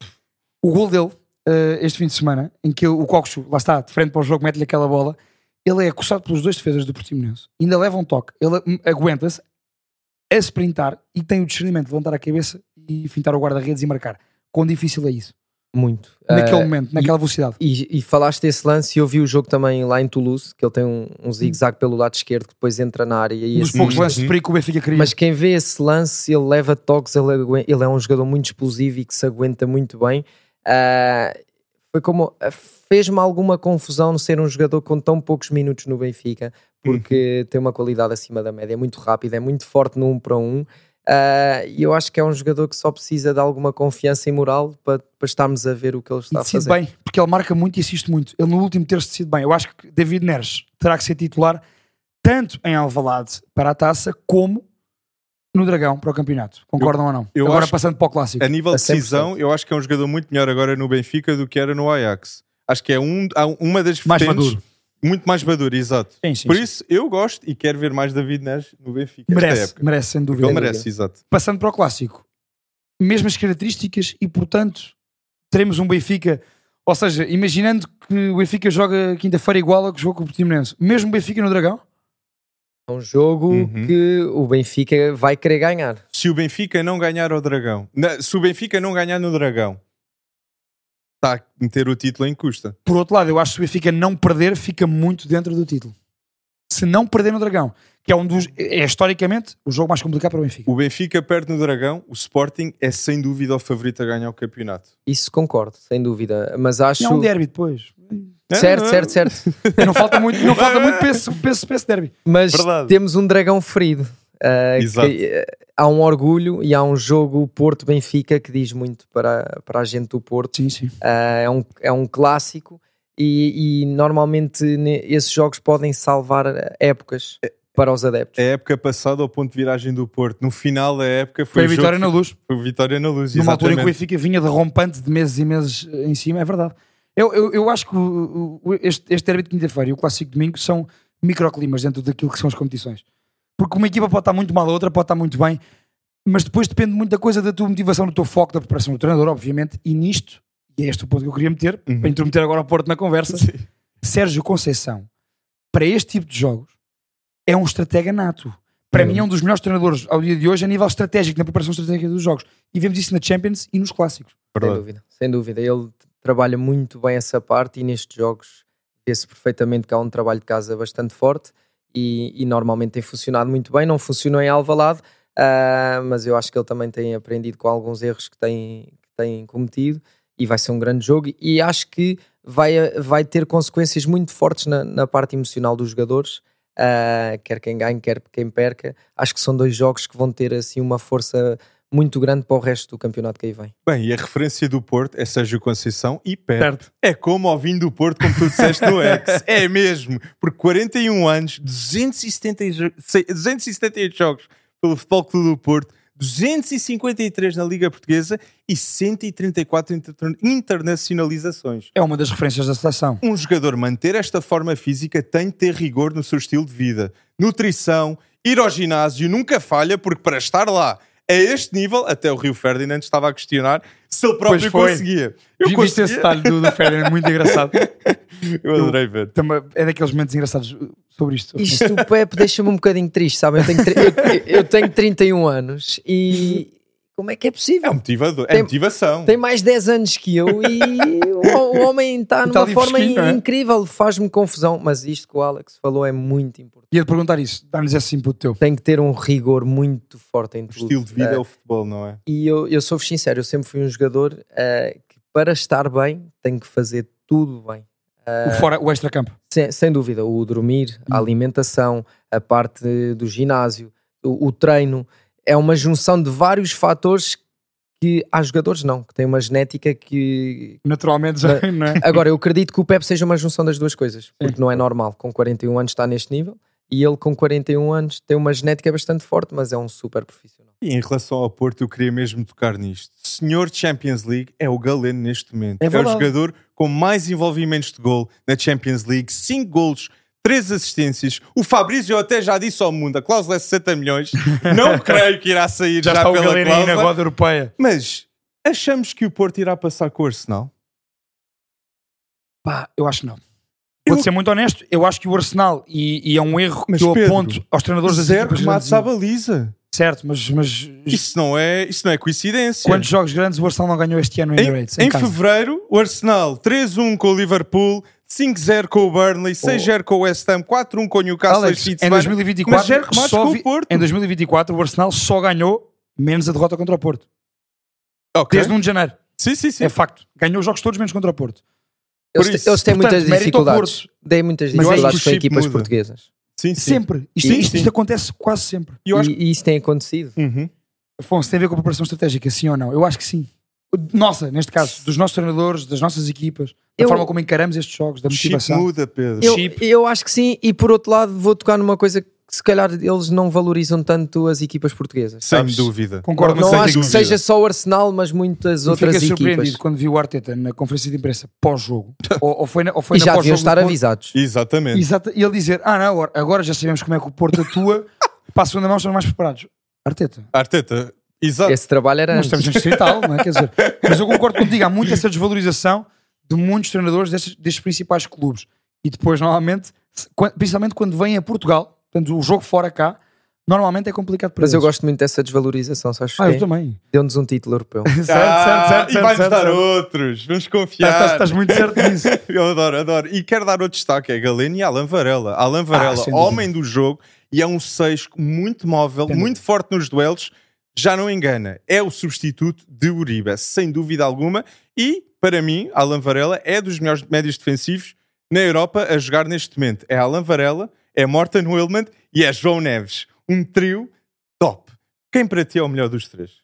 S3: O gol dele, eh, este fim de semana, em que o Coxo, lá está, de frente para o jogo, mete-lhe aquela bola, ele é acossado pelos dois defesas do Portimonense. Ainda leva um toque. Ele hum, aguenta-se a sprintar e tem o discernimento de levantar a cabeça e fintar o guarda-redes e marcar. Quão difícil é isso?
S2: Muito.
S3: Naquele
S2: Ah,
S3: momento, naquela velocidade.
S2: E, e falaste desse lance e eu vi o jogo também lá em Toulouse, que ele tem um, um zigue-zague pelo lado esquerdo que depois entra na área. E
S3: Um dos
S2: esse-
S3: poucos
S1: Uhum.
S3: lances de perigo que o Benfica queria.
S2: Mas quem vê esse lance, ele leva toques, ele, aguen- ele é um jogador muito explosivo e que se aguenta muito bem. Ah, foi como ah, fez-me alguma confusão ser um jogador com tão poucos minutos no Benfica,
S3: Uhum.
S2: porque tem uma qualidade acima da média, é muito rápido, é muito forte no 1 para 1. Ah, e eu acho que é um jogador que só precisa de alguma confiança e moral para, para estarmos a ver o que ele
S3: E
S2: está Tá a
S3: decide
S2: fazer.
S3: bem, porque ele marca muito e assiste muito. Ele no último terço decide bem. Eu acho que David Neres terá que ser titular tanto em Alvalade para a taça como no Dragão para o campeonato. Concordam ou não?
S1: eu
S3: Agora
S1: acho- É
S3: passando para o clássico.
S1: A nível
S2: A
S1: de decisão, eu acho que é um jogador muito melhor agora no Benfica do que era no Ajax. Acho que é um, há uma das
S3: Mais
S1: vertentes-
S3: maduro.
S1: Muito mais maduro, exato.
S3: Sim, sim,
S1: Por
S3: sim.
S1: isso, eu gosto e quero ver mais David Neres no Benfica. esta
S3: merece,
S1: época.
S3: merece sem dúvida.
S1: Ele merece, exato.
S3: Passando para o clássico, mesmas características e portanto teremos um Benfica. Ou seja, imaginando que o Benfica joga quinta-feira igual ao que jogou com o Portimonense, mesmo Benfica no Dragão,
S2: É um jogo
S1: Uhum.
S2: que o Benfica vai querer ganhar.
S1: Se o Benfica não ganhar ao Dragão, na- se o Benfica não ganhar no Dragão, está a meter o título em custa.
S3: Por outro lado, eu acho que se o Benfica não perder, fica muito dentro do título. Se não perder no Dragão, que é um dos. É historicamente o jogo mais complicado para o Benfica.
S1: O Benfica perde no Dragão, o Sporting é sem dúvida o favorito a ganhar o campeonato.
S2: Isso concordo, sem dúvida. Mas acho.
S3: E É um derby depois.
S2: Certo,
S1: Ah,
S2: certo, certo.
S3: E Não falta muito, não falta muito peso, peso, peso derby.
S2: mas
S1: Verdade.
S2: temos um dragão ferido. ah,
S1: Exato.
S2: que, ah, há um orgulho e há um jogo Porto-Benfica que diz muito para, para a gente do Porto.
S3: Sim, sim.
S2: Ah, é, um, é um clássico e, e normalmente ne- esses jogos podem salvar épocas
S1: É.
S2: para os adeptos.
S1: A época passada, ao ponto de viragem do Porto, no final da época foi, o
S3: Foi a
S1: jogo
S3: vitória
S1: que-
S3: na luz.
S1: foi a vitória na luz.
S3: Numa altura em que o
S1: exatamente.
S3: Benfica vinha de rompante de meses e meses eh, em cima, é verdade. Eu, eu, eu acho que o- o- este, este derby de quinta-feira e o clássico de domingo são microclimas dentro daquilo que são as competições. Porque uma equipa pode estar muito mal, a outra pode estar muito bem, mas depois depende muito da coisa da tua motivação, do teu foco, da preparação do treinador, obviamente, e nisto, e é este o ponto que eu queria meter,
S1: Uhum.
S3: para intrometer agora o Porto na conversa,
S1: Sim.
S3: Sérgio Conceição, para este tipo de jogos, é um estratega nato. Para mim é um dos melhores treinadores ao dia de hoje a nível estratégico, na preparação estratégica dos jogos. E vemos isso na Champions e nos clássicos.
S2: Sem
S1: Verdade.
S2: dúvida, sem dúvida. Ele t- trabalha muito bem essa parte e nestes jogos vê-se perfeitamente que há um trabalho de casa bastante forte e, e normalmente tem funcionado muito bem. Não funcionou em Alvalade, ah, mas eu acho que ele também tem aprendido com alguns erros que tem, que tem cometido e vai ser um grande jogo. E acho que vai, a- vai ter consequências muito fortes na, na parte emocional dos jogadores. ah, quer quem ganhe, quer quem perca, acho que são dois jogos que vão ter assim uma força muito grande para o resto do campeonato que aí vem.
S1: Bem, e a referência do Porto é Sérgio Conceição e Pep. É como ao vinho do Porto, como tu disseste no X. É mesmo. Por 41 anos, 270 jo- se- 278 jogos pelo Futebol Clube do Porto, 253 na Liga Portuguesa e 134 inter- internacionalizações.
S3: É uma das referências da seleção.
S1: Um jogador manter esta forma física tem de ter rigor no seu estilo de vida. Nutrição, ir ao ginásio nunca falha, porque para estar lá a este nível, até o Rio Ferdinand estava a questionar se ele próprio
S3: foi.
S1: conseguia. Eu
S3: Vi- Viste
S1: conseguia.
S3: esse detalhe do, do Ferdinand, muito engraçado.
S1: Eu adorei ver.
S3: Também é daqueles momentos engraçados uh, sobre isto.
S2: Isto, o Pepe, deixa-me um bocadinho triste, sabem? Eu tenho, tri- eu, eu tenho 31 anos e como é que é
S1: É
S2: possível?
S1: motivador, é
S2: Tem-
S1: motivação.
S2: Tem mais 10 anos que eu e o, o homem está
S3: Está
S2: numa
S3: ali
S2: forma
S3: fresquinho, não é?
S2: incrível, faz-me confusão. Mas isto que o Alex falou é muito importante.
S3: Ia-te perguntar isso, dá-nos esse input teu.
S2: Tem que ter um rigor muito forte em
S1: O
S2: tudo.
S1: estilo de vida é
S2: Eh,
S1: o futebol, não é?
S2: E eu, eu sou-vos sincero, eu sempre fui um jogador eh, que para estar bem tem que fazer tudo bem.
S3: O, fora, o extra-campo.
S1: Hum.
S2: Sem, sem dúvida, o dormir, a alimentação, a parte do ginásio, o, o treino é uma junção de vários fatores que há jogadores não, que têm uma genética que,
S3: Naturalmente já, não é?
S2: Agora, eu acredito que o Pep seja uma junção das duas coisas, porque não é normal. Com 41 anos está neste nível e ele, com 41 anos, tem uma genética bastante forte, mas é um super profissional.
S1: E em relação ao Porto, eu queria mesmo tocar nisto. Senhor Champions League é o Galeno neste momento.
S3: É
S1: o
S3: verdade.
S1: jogador com mais envolvimentos de gol na Champions League. 5 golos, 3 assistências. O Fabrício até já disse ao mundo, a cláusula é 60 milhões. Não creio que irá sair já,
S3: Já está o
S1: pela
S3: Galeno aí na
S1: cláusula.
S3: roda europeia.
S1: Mas achamos que o Porto irá passar com o Arsenal?
S3: Pá, eu acho que não.
S1: Eu-
S3: Vou ser muito honesto, eu acho que o Arsenal, e, e é um erro que
S1: Mas,
S3: eu
S1: Pedro,
S3: aponto aos treinadores das
S1: Zero
S3: equipas
S1: remates
S3: grandes.
S1: à baliza.
S3: Certo, mas, mas
S1: Isso não é, isso não é coincidência.
S3: quantos jogos grandes o Arsenal não ganhou este ano em
S1: Em,
S3: Emirates? Em,
S1: em
S3: casa.
S1: fevereiro, o Arsenal 3-1 com o Liverpool, 5-0 com o Burnley, 6-0 com o West Ham, 4-1 com o Newcastle.
S3: Oh. Alex, é
S1: este fim de
S3: em
S1: semana. mas zero
S3: 2024,
S1: remates
S3: só
S1: com
S3: vi-
S1: o Porto.
S3: em 2024 o Arsenal só ganhou menos a derrota contra o Porto.
S1: Ok.
S3: Desde 1 de janeiro.
S1: um- Sim, sim, sim.
S3: É facto. Ganhou os jogos todos menos contra o Porto.
S1: Por
S2: Eles, te-
S1: isso,
S2: eles têm
S3: portanto,
S2: muitas
S3: mérito ao
S2: dificuldades. Têm muitas
S1: Mas é eu acho
S2: dificuldades
S1: que o
S2: com
S1: chip
S2: equipas
S1: muda.
S2: portuguesas.
S1: Sim, sim.
S3: Sempre. Isto,
S1: Sim,
S3: isto-
S1: sim.
S3: isto acontece quase sempre.
S1: E eu acho
S2: E, e isso tem acontecido.
S1: Uhum.
S3: Afonso, tem a ver com a preparação estratégica, sim ou não? Eu acho que sim. Nossa, neste caso, dos nossos treinadores, das nossas equipas, da
S2: Eu-
S3: forma como encaramos estes jogos, da
S1: O chip
S3: motivação.
S1: muda, Pedro.
S2: Eu,
S3: Chip.
S2: eu acho que sim, e por outro lado, vou tocar numa coisa que se calhar eles não valorizam tanto as equipas portuguesas.
S1: Sem
S2: sabes?
S1: dúvida.
S3: Concordo,
S2: Não
S3: sem
S2: acho que
S1: dúvida.
S2: seja só o Arsenal, mas muitas
S3: Eu
S2: outras
S3: Fiquei surpreendido
S2: equipas.
S3: quando vi o Arteta na conferência de imprensa pós-jogo. ou, ou foi na, ou foi
S2: E
S3: na
S2: já deviam
S3: pós-jogo
S2: estar
S3: do Porto.
S2: avisados.
S1: Exatamente.
S3: Exato, e ele dizer: Ah, não, agora- agora já sabemos como é que o Porto atua, para a segunda mão estão mais preparados. Arteta,
S1: Arteta,
S3: É,
S1: exato.
S2: Esse trabalho era
S3: nós
S2: antes.
S3: estamos no distrital, não é? Quer dizer, mas eu concordo contigo, há muito essa desvalorização de muitos treinadores destes, destes principais clubes. E depois, normalmente, se- quan- principalmente quando vêm a Portugal, portanto, o jogo fora cá, normalmente é complicado para
S2: Mas eu
S3: eles.
S2: gosto muito dessa desvalorização, sabes?
S3: Ah, eu
S2: porquê?
S3: também.
S2: Deu-nos um título europeu.
S3: Certo,
S1: Ah,
S3: certo, certo,
S1: e
S3: certo,
S1: vai-nos
S3: certo,
S1: dar
S3: certo. Tá,
S1: outros. Vamos confiar.
S3: Estás- Estás estás muito certo disso.
S1: Eu adoro, adoro. E quero dar outro destaque a Galeno e Alan Varela. Alan Varela,
S3: Ah, sem dúvida.
S1: homem do jogo, e é um 6 muito móvel,
S3: Sem
S1: muito forte nos duelos. Já não engana, é o substituto de Uribe, sem dúvida alguma. E, para mim, Alan Varela é dos melhores médios defensivos na Europa a jogar neste momento. É Alan Varela, é Morten Willman e é João Neves. Um trio top. Quem para ti é o melhor dos três?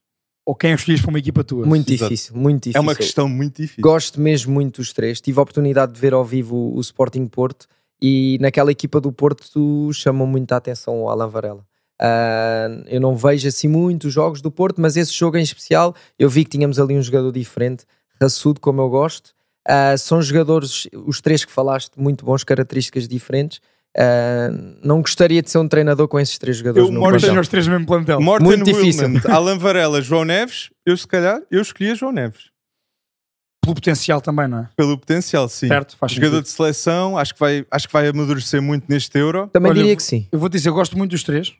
S3: Ou quem escolhes para uma equipa tua?
S2: Muito
S1: Exato.
S2: difícil, muito difícil.
S1: É uma questão muito difícil.
S2: Gosto mesmo muito dos três. Tive a oportunidade de ver ao vivo o Sporting Porto e naquela equipa do Porto chamou muita atenção o Alan Varela. Ah, eu não vejo assim muitos jogos do Porto, mas esse jogo em especial eu vi que tínhamos ali um jogador diferente, raçudo como eu gosto. Ah, são jogadores, os três que falaste, muito bons, características diferentes. Ah, não gostaria de ser um treinador com esses três jogadores
S1: Eu
S2: no
S1: moro-
S3: Ou
S2: plantel.
S3: tenho os três no mesmo plantel.
S1: Morten
S2: Muito difícil.
S1: Willman, Alan Varela, João Neves, eu se calhar, eu escolhia João Neves.
S3: Pelo potencial também, não é?
S1: Pelo potencial, sim.
S3: Certo, faz
S1: Jogador
S3: sentido.
S1: de seleção, acho que, vai, acho que vai amadurecer muito neste Euro.
S2: Também
S3: Olha,
S2: diria
S3: eu-
S2: que sim.
S3: Eu vou dizer, eu gosto muito dos três.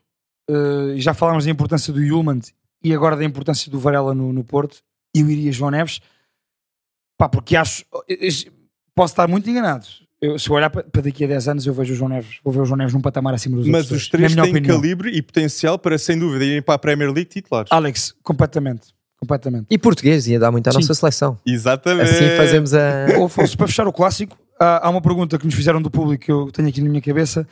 S3: Eh, já falámos da importância do Yulman e agora da importância do Varela no, no Porto. E eu iria João Neves. Pá, porque acho. eh, eh, Posso estar muito enganado. Eu, se eu olhar pa- para daqui a 10 anos, eu vejo o João Neves. Vou ver o João Neves num patamar acima dos
S1: Mas
S3: outros.
S1: os
S3: dois,
S1: três
S3: na
S1: têm
S3: minha opinião. Ah,
S1: calibre e potencial para, sem dúvida, irem para a Premier League titulares.
S3: Alex, completamente. Completamente.
S2: E português ia dar muito à
S3: Sim. É.
S2: nossa seleção.
S1: Exatamente.
S2: Assim fazemos a.
S3: Ô, Afonso, para fechar o clássico, há, há uma pergunta que nos fizeram do público que eu tenho aqui na minha cabeça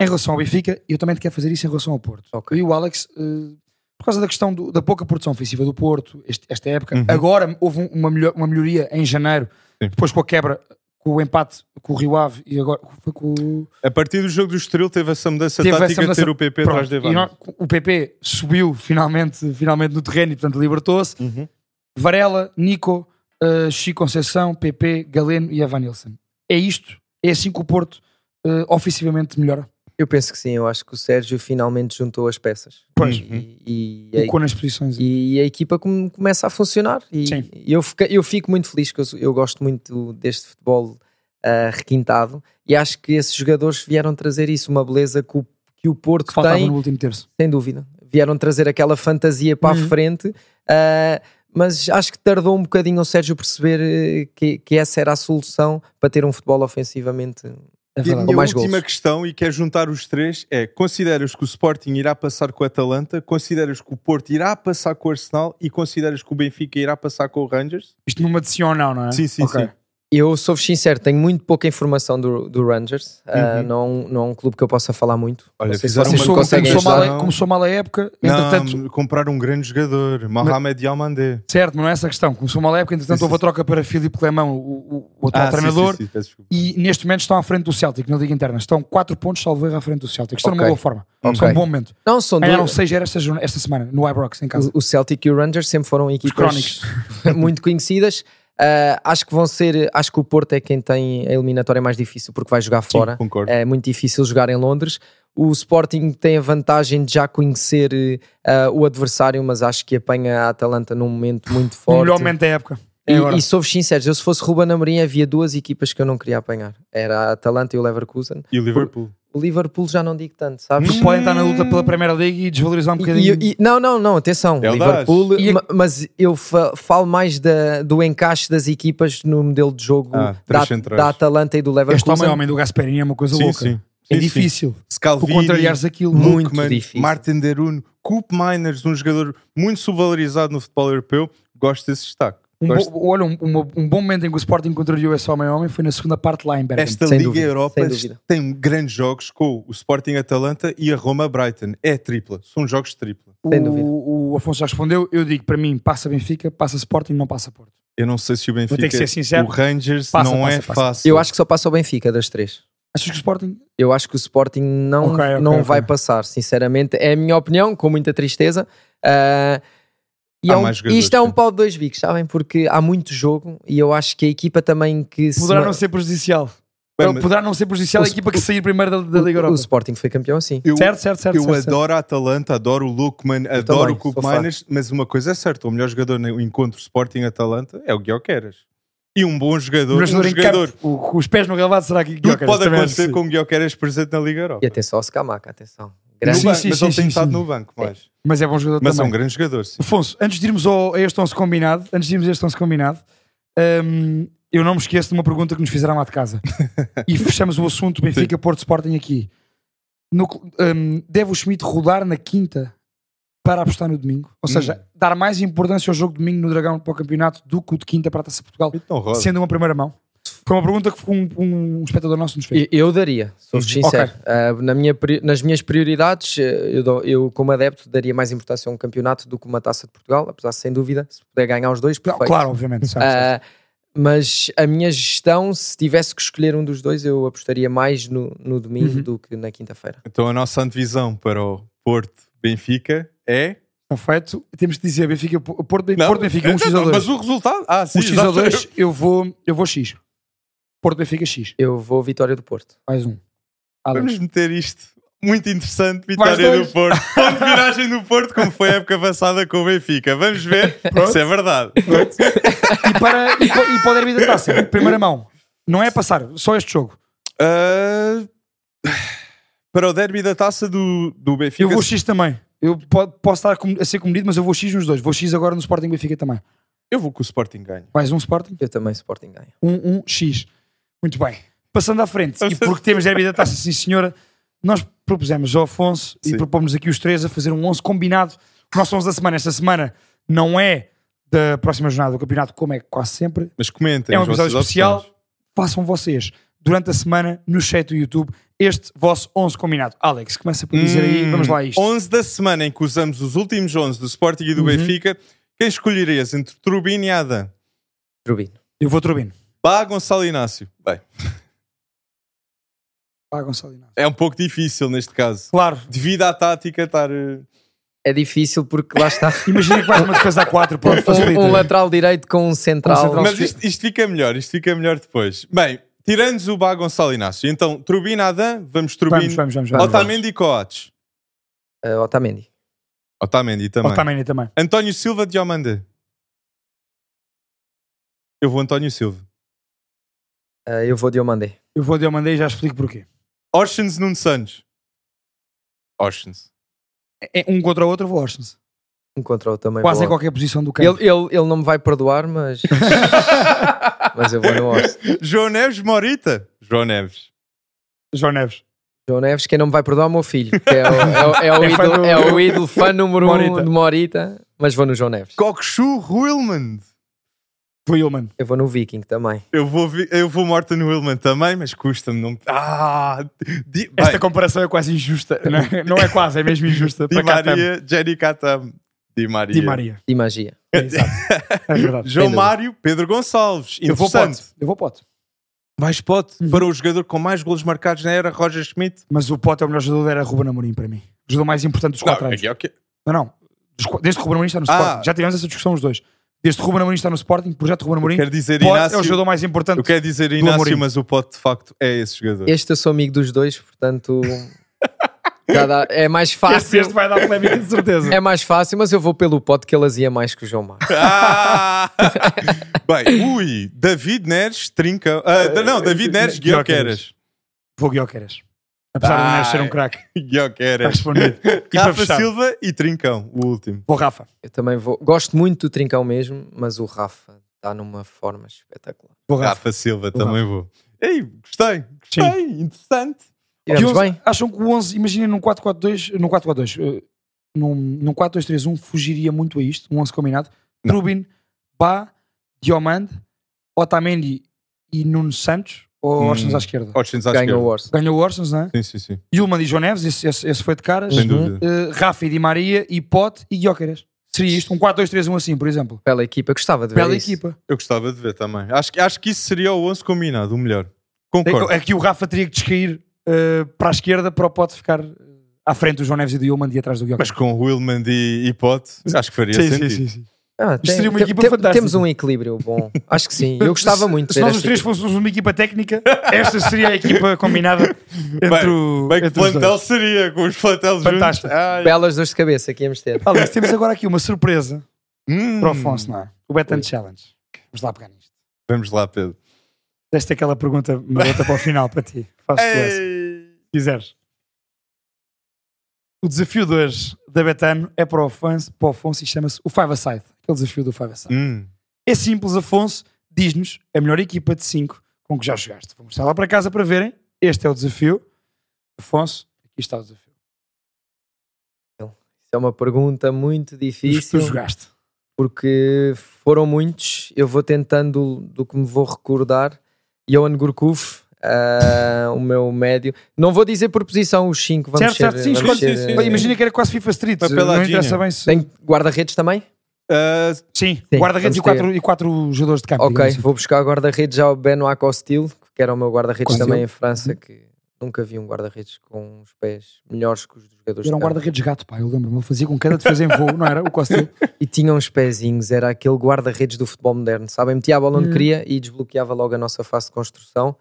S3: em relação ao Benfica e eu também te quero fazer isso em relação ao Porto.
S2: Ok.
S3: E o Alex, eh, por causa da questão do- da pouca produção ofensiva do Porto, este- esta época,
S1: Uhum.
S3: agora houve um- uma, melho- uma melhoria em janeiro,
S1: Sim.
S3: depois com a quebra, com o empate com o Rio Ave e agora foi com o.
S1: A partir do jogo do Estoril teve essa mudança
S3: Teve essa
S1: tática
S3: mudança-
S1: de ter o PP
S3: Pronto,
S1: atrás de
S3: e nós-
S1: Evan.
S3: o PP subiu finalmente, finalmente no terreno e portanto libertou-se.
S1: Uhum.
S3: Varela, Nico, eh, Chico Conceição, PP, Galeno e Evanilson. É isto? É assim que o Porto eh, ofensivamente melhora?
S2: Eu penso que sim, eu acho que o Sérgio finalmente juntou as peças.
S3: Pois.
S2: E, e
S3: E
S2: a,
S3: com nas posições.
S2: e a equipa come- começa a funcionar. E
S3: Sim.
S2: e eu, fica- eu fico muito feliz, que eu, sou- eu gosto muito deste futebol ah, requintado e acho que esses jogadores vieram trazer isso, uma beleza que o, que o Porto
S3: que faltava
S2: tem,
S3: no último terço.
S2: sem dúvida. Vieram trazer aquela fantasia para
S3: Uhum.
S2: a frente, ah, mas acho que tardou um bocadinho o Sérgio perceber eh, que, que essa era a solução para ter um futebol ofensivamente.
S3: É
S1: E a
S3: verdade.
S1: minha
S2: mais
S1: última
S2: golos.
S1: questão, e quero juntar os três, é consideras que o Sporting irá passar com o Atalanta, consideras que o Porto irá passar com o Arsenal e consideras que o Benfica irá passar com o Rangers?
S3: Isto numa de sim ou não, não é?
S1: Sim, sim,
S3: Ok.
S1: sim.
S2: Eu sou-vos sincero, tenho muito pouca informação do, do Rangers. Ah,
S1: Uhum.
S2: não, não é um clube que eu possa falar muito.
S1: Olha,
S2: não sei se
S1: fizeram
S2: vocês
S1: uma-
S2: me
S3: Começou,
S2: conseguem
S3: começou,
S2: ajudar.
S3: mal, a- começou mal a época, entretanto.
S1: Não, compraram um grande jogador, Mohamed Diamandé.
S3: Certo, mas não é essa a questão. Começou mal a
S1: Sim,
S3: época, entretanto
S1: sim, Ah,
S3: houve a troca para Filipe Clemão, o, o-
S2: Ah,
S3: o atual
S1: sim,
S3: treinador,
S1: sim, sim, peço desculpa.
S3: e neste momento estão à frente do Celtic, na Liga Interna. Estão 4 pontos, salvo erro, à frente do Celtic. Estão numa
S2: Ok.
S3: boa forma.
S2: Ok.
S3: Estão num bom momento.
S2: Não, são
S3: Ganharam
S2: duas.
S3: 6 esta, jorna- esta semana, no Ibrox, em casa.
S2: O- O Celtic e o Rangers sempre foram equipas
S3: crónicos.
S2: muito conhecidas. Ah, acho que vão ser. Acho que o Porto é quem tem a eliminatória mais difícil porque vai jogar fora.
S1: Concordo.
S2: É muito difícil jogar em Londres. O Sporting tem a vantagem de já conhecer eh, ah, o adversário, mas acho que apanha a Atalanta num momento muito
S3: O
S2: forte.
S3: melhor momento da época. É agora.
S2: E, e sou-vos sinceros, eu se fosse Ruben Amorim havia duas equipas que eu não queria apanhar. Era a Atalanta e o Leverkusen.
S1: E o Liverpool.
S2: O Liverpool já não digo tanto, sabes?
S3: Porque podem estar na luta pela Primeira Liga e desvalorizar um
S2: E-
S3: bocadinho.
S2: e- e- não, não, não, atenção,
S1: É o
S2: Liverpool,
S3: E-
S2: ma- mas eu fa- falo mais da- do encaixe das equipas no modelo de jogo
S1: Ah, três
S2: da,
S1: centrais.
S2: da Atalanta e do
S3: este homem,
S2: Leverkusen.
S3: homem do Gasperini é uma coisa louca. É
S1: Sim, sim.
S3: difícil. Tu
S1: Scalvini,
S3: contrariares aquilo.
S2: Muito
S1: Lukman,
S2: difícil.
S1: Martin Deruno, Coop Miners, um jogador muito subvalorizado no futebol europeu. Gosto desse destaque.
S3: Um
S1: Gosto.
S3: bo- olha, um, uma- um bom momento em que o Sporting contrariou esse homem a homem foi na segunda parte lá em Bergamo.
S1: Esta
S2: sem
S1: Liga
S2: dúvida,
S1: Europa
S2: sem dúvida.
S1: tem grandes jogos com o Sporting Atalanta e a Roma Brighton. É tripla, são jogos de tripla.
S2: Sem dúvida.
S3: o, o Afonso já respondeu. Eu digo, para mim, passa Benfica, passa Sporting, não passa Porto.
S1: Eu não sei se o Benfica,
S3: ter que ser sincero.
S1: o Rangers
S3: Passa,
S1: não
S3: passa,
S1: é
S3: passa.
S1: fácil.
S2: Eu acho que só passa o Benfica das três.
S3: Achas que o Sporting
S2: Eu acho que o Sporting não,
S3: Ok, ok,
S2: não
S3: ok.
S2: vai passar, sinceramente. É a minha opinião, com muita tristeza. Ah, e
S1: Há
S2: é um-
S1: mais jogadores,
S2: isto é
S1: sim.
S2: um pau de dois bicos, sabem? Porque há muito jogo e eu acho que a equipa também que se
S3: poderá
S2: ma-
S3: não ser prejudicial?
S1: Bem,
S3: Ou
S1: mas
S3: poderá não ser prejudicial
S2: O
S3: a equipa que sair primeiro da, da Liga
S2: o, o
S3: Europa.
S2: Sporting foi campeão assim.
S1: eu-
S3: certo, certo, certo.
S1: Eu
S3: certo, certo.
S1: adoro a Atalanta, adoro o Lukman, adoro
S2: também,
S1: o Coop
S2: sou fã.
S1: Miners, mas uma coisa é certa: o melhor jogador no encontro Sporting-Atalanta é o Guioqueras. E um bom jogador,
S3: Mas
S1: um
S3: jogador em
S1: jogador.
S3: campo, o- com os pés no relevado, será que
S1: Tudo
S3: Gyökeres
S1: pode
S3: também é
S1: acontecer
S3: assim?
S1: com o Guioqueras presente na Liga Europa.
S2: E atenção ao Scamaca, atenção.
S1: No
S2: Grande
S3: Sim,
S1: banco,
S3: sim,
S1: mas
S3: sim,
S1: ele
S3: sim,
S1: tem estado
S3: sim.
S1: no banco, mais.
S3: Mas é bom jogador
S1: Mas é
S3: também.
S1: um grande jogador, sim.
S3: Afonso, antes de irmos ao, a este 11 combinado, antes de irmos a este 11 combinado, hum, eu não me esqueço de uma pergunta que nos fizeram lá de casa. e fechamos o assunto Benfica Porto Sporting aqui. No cl- hum, deve o Schmidt rodar na quinta para apostar no domingo?
S1: Hum.
S3: Ou seja, dar mais importância ao jogo de domingo no Dragão para o campeonato do que o de quinta para a Taça de Portugal,
S1: Então roda.
S3: sendo uma primeira mão? Foi uma pergunta que um, um espectador nosso nos fez.
S2: Eu, eu daria, sou
S1: Uhum.
S2: sincero. Ah, na minha pri- nas minhas prioridades, eh, eu, dou- eu, como adepto, daria mais importância a um campeonato do que uma taça de Portugal, apesar de, sem dúvida, se puder ganhar os dois,
S3: Não,
S2: perfeito.
S3: claro, obviamente. certo, certo.
S2: Ah, mas a minha gestão, se tivesse que escolher um dos dois, eu apostaria mais no, no domingo
S3: Uhum.
S2: do que na quinta-feira.
S1: Então a nossa antevisão para o Porto Benfica é.
S3: Está feito. Temos de dizer Benfica, Porto,
S1: Não, é,
S3: Porto Benfica, um x
S1: Não,
S3: a 2.
S1: Mas o resultado. Ah, sim,
S3: Um X a
S1: exato.
S3: 2, eu vou, eu vou X. Porto Benfica X.
S2: Eu vou vitória do Porto.
S3: Mais um. Ah,
S1: Vamos meter isto. Muito interessante,
S3: Mais
S1: vitória
S3: dois.
S1: do Porto. Ponto de viragem do Porto, como foi a época passada com o Benfica. Vamos ver se é verdade.
S3: E para, e, pa- e para o derby da taça, primeira mão. Não é passar, só este jogo.
S1: Ah, para o derby da taça do, do Benfica.
S3: Eu vou X também. Eu po- posso estar com- a ser comedido, mas eu vou X nos dois. Vou X agora no Sporting Benfica também.
S1: eu vou que o Sporting ganha.
S3: Mais um Sporting,
S2: Eu também, Sporting ganha.
S3: um, um X. Muito bem. Passando à frente, e porque temos derby da taça, sim senhora, nós propusemos ao Afonso
S1: Sim.
S3: e propomos aqui os três a fazer um 11 combinado. O nosso 11 da semana, esta semana, não é da próxima jornada do campeonato, como é quase sempre.
S1: Mas comentem.
S3: É um
S1: as
S3: episódio
S1: vossas
S3: especial.
S1: opções.
S3: façam vocês durante a semana no chat do YouTube este vosso 11 combinado. Alex, começa por dizer aí,
S1: Hum,
S3: vamos lá a isto. Uhum.
S1: 11 da semana em que usamos os últimos 11 do Sporting e do Benfica, quem escolherias entre Trubin e Adam?
S2: Trubino.
S3: Eu vou Turbino.
S1: Bá, Gonçalo Inácio. Bem,
S3: Ah, Gonçalo Inácio.
S1: é um pouco difícil neste caso.
S3: Claro,
S1: Devido à tática estar... eh,
S2: É difícil porque lá está
S3: imagina que vais uma defesa a 4, pronto, facilita.
S2: um, um lateral direito com um
S3: Com um
S2: central.
S3: central.
S1: Mas isto, isto fica melhor, isto fica melhor depois. Bem, tirando o Bá, Gonçalo Inácio. Então, Trubin, Adam, vamos
S3: Vamos,
S1: Trubin,
S3: vamos, vamos. vamos.
S1: Otamendi e Coates.
S2: Eh, Otamendi.
S1: Otamendi também.
S3: Otamendi também.
S1: António Silva de Diomande. Eu vou António Silva.
S2: Eh, eu vou de Omandé.
S3: Eu vou de Omandei e já explico porquê.
S1: Orsens Nuno Santos. Orsens.
S3: É, um contra o outro, eu vou Orsens.
S2: Um contra o também.
S3: Quase em
S2: vou ao-
S3: qualquer posição do campo.
S2: ele, ele, ele não me vai perdoar, mas. mas eu vou no Orson.
S1: João Neves Morita. João Neves.
S3: João Neves.
S2: João Neves, quem não me vai perdoar é o meu filho, que é o, é o- é o
S3: É fã
S2: ídolo,
S3: do-
S2: é o ídolo fã número um
S3: Morita.
S2: de Morita, mas vou no João Neves.
S1: Kokshu Ruilmond.
S3: Foi Hillman.
S2: Eu vou no Viking também.
S1: Eu vou, vi- eu vou Morton Willman também, mas custa-me. Não... Ah! Di, bem,
S3: Esta comparação é quase injusta. Não é, não é quase, é mesmo injusta.
S1: Di
S3: para cá estamos.
S1: Maria, Jenny Catam. Di Maria.
S3: Di Maria.
S2: E magia.
S3: É, exato. É verdade.
S1: João
S2: Pedro.
S1: Mário, Pedro Gonçalves.
S3: Eu vou
S1: Interessante.
S3: pote. Eu vou pote.
S1: Mais pote
S3: Uhum.
S1: para o jogador com mais golos marcados na era Roger Schmidt.
S3: Mas o pote é o melhor jogador, era Ruben Amorim para mim. O jogador mais importante dos quatro anos.
S1: aqui é o quê?
S3: Não, não. Dos qu- Desde que o Ruben Amorim está no
S1: Ah.
S3: Sporting. Já tivemos essa discussão os dois. Desde que o Ruben Amorim está no Sporting, projeto Ruben Amorim,
S1: Quero dizer
S3: pote é o
S1: Inácio.
S3: jogador mais importante.
S1: Eu quero dizer
S3: Amorim.
S1: Inácio, mas o pote de facto é esse jogador.
S2: Este eu sou amigo dos dois, portanto. já dá- é mais
S3: Este,
S2: fácil.
S3: este vai dar polémica, de certeza.
S2: É mais fácil, mas eu vou pelo pote que ele azia mais que o João Marcos.
S1: Ah! Bem, ui, David Neres trinca. ah, da- não, David Neres, Guioqueras.
S3: Vou Guioqueras. Apesar de
S1: Ah,
S3: o Neres ser um craque, está
S1: Guioqueras.
S3: respondido. E para
S1: Rafa
S3: fechar,
S1: Silva e Trincão, o último.
S3: vou Rafa.
S2: Eu também vou. Gosto muito do Trincão mesmo, mas o Rafa está numa forma espetacular.
S3: Vou
S1: Rafa,
S3: Rafa.
S1: Silva,
S3: O
S1: também vou. Ei, gostei, gostei, interessante.
S3: Que
S2: Tivemos
S3: 11
S2: bem?
S3: Acham que o 11, imaginem num 4-4-2, num 4-4-2, eh, num, num 4-2-3-1 fugiria muito a isto, um 11 combinado.
S1: Não.
S3: Trubin, Bá, Diomande, Otamendi e Nuno Santos, ou
S1: Hum.
S3: Orsens à esquerda?
S1: Oxens à
S2: Ganhou o
S1: esquerda.
S2: Orson.
S3: Ganhou o Orsens, não é?
S1: Sim, sim, sim.
S3: Yulman e João Neves, esse, esse- esse foi de caras.
S1: Sem
S2: Uhum.
S1: dúvida.
S3: Eh, Rafa e Di Maria, e Pote e Guioqueiras. Seria isto, um 4-2-3-1 assim, por exemplo.
S2: Bela equipa, gostava
S1: É
S2: de ver.
S3: Bela
S2: isso.
S3: equipa.
S1: Eu gostava de ver também. Acho, que- acho que isso seria o 11 combinado, o melhor. Concordo.
S3: É que o Rafa teria que descair eh, para a esquerda para o Pote ficar eh, à frente do João Neves e do Yulman e atrás do Guioqueiras.
S1: Mas com o Willman e, e Pote, acho que faria sentido.
S3: sim.
S2: Ah, tem-
S3: seria uma
S2: tem-
S3: equipa
S2: tem-
S3: fantástica.
S2: Temos um equilíbrio bom. Acho que sim. Eu gostava
S3: Se-
S2: muito de
S3: Se
S2: ver
S3: nós os
S2: esta
S3: três
S2: equipa.
S3: fôssemos uma equipa técnica, esta seria a equipa combinada entre o.
S1: Bem é que
S3: entre os
S1: plantel
S3: dois.
S1: seria com os planteles
S3: Fantástico.
S1: juntos. Ai.
S2: Belas dores de cabeça que íamos ter.
S3: Aliás, temos agora aqui uma surpresa
S1: Hum.
S3: para o Afonso, não é? O Betan Challenge. Vamos lá pegar nisto.
S1: Vamos lá, Pedro.
S3: Deste aquela pergunta malota para o final, para ti. Faço essa, se
S1: Ei.
S3: quiseres. O desafio de hoje da Betano é para o Afonso, para o Afonso e chama-se o Five Aside. Aquele desafio do Five Aside.
S1: Hum.
S3: É simples, Afonso. Diz-nos a melhor equipa de 5 com que já jogaste. Vou mostrar lá para casa para verem. Este é o desafio. Afonso, aqui está o desafio.
S2: Isso é uma pergunta muito
S3: Os que tu
S2: difícil.
S3: jogaste.
S2: porque foram muitos. Eu vou tentando do, do que me vou recordar. Johan Gurkuf, ah, o meu médio. Não vou dizer por posição os 5. Vamos
S3: Certo, certo,
S2: ser-
S3: sim,
S2: vamos
S1: escolhe,
S2: ser,
S1: sim, sim.
S2: ah,
S3: Bem, Imagina que era quase FIFA Street. Não
S1: Papeladinha.
S3: interessa bem se.
S2: Tem guarda-redes também?
S1: Ah,
S3: Sim,
S2: Sim,
S3: guarda-redes e
S2: vamos
S3: quatro, e quatro jogadores de campo.
S2: Ok,
S3: digamos assim.
S2: vou buscar guarda-redes já o Benoit Costil, que era o meu guarda-redes
S3: Costil.
S2: também em França, que nunca vi um guarda-redes com os pés melhores que os dos jogadores.
S3: Era um
S2: de campo.
S3: guarda-redes gato, pá, eu lembro-me. Ele fazia com cada defesa em voo, não era? O Costa.
S2: E tinha uns pezinhos, era aquele guarda-redes do futebol moderno, sabem? Metia a bola onde
S3: Hum.
S2: queria e desbloqueava logo a nossa fase de construção.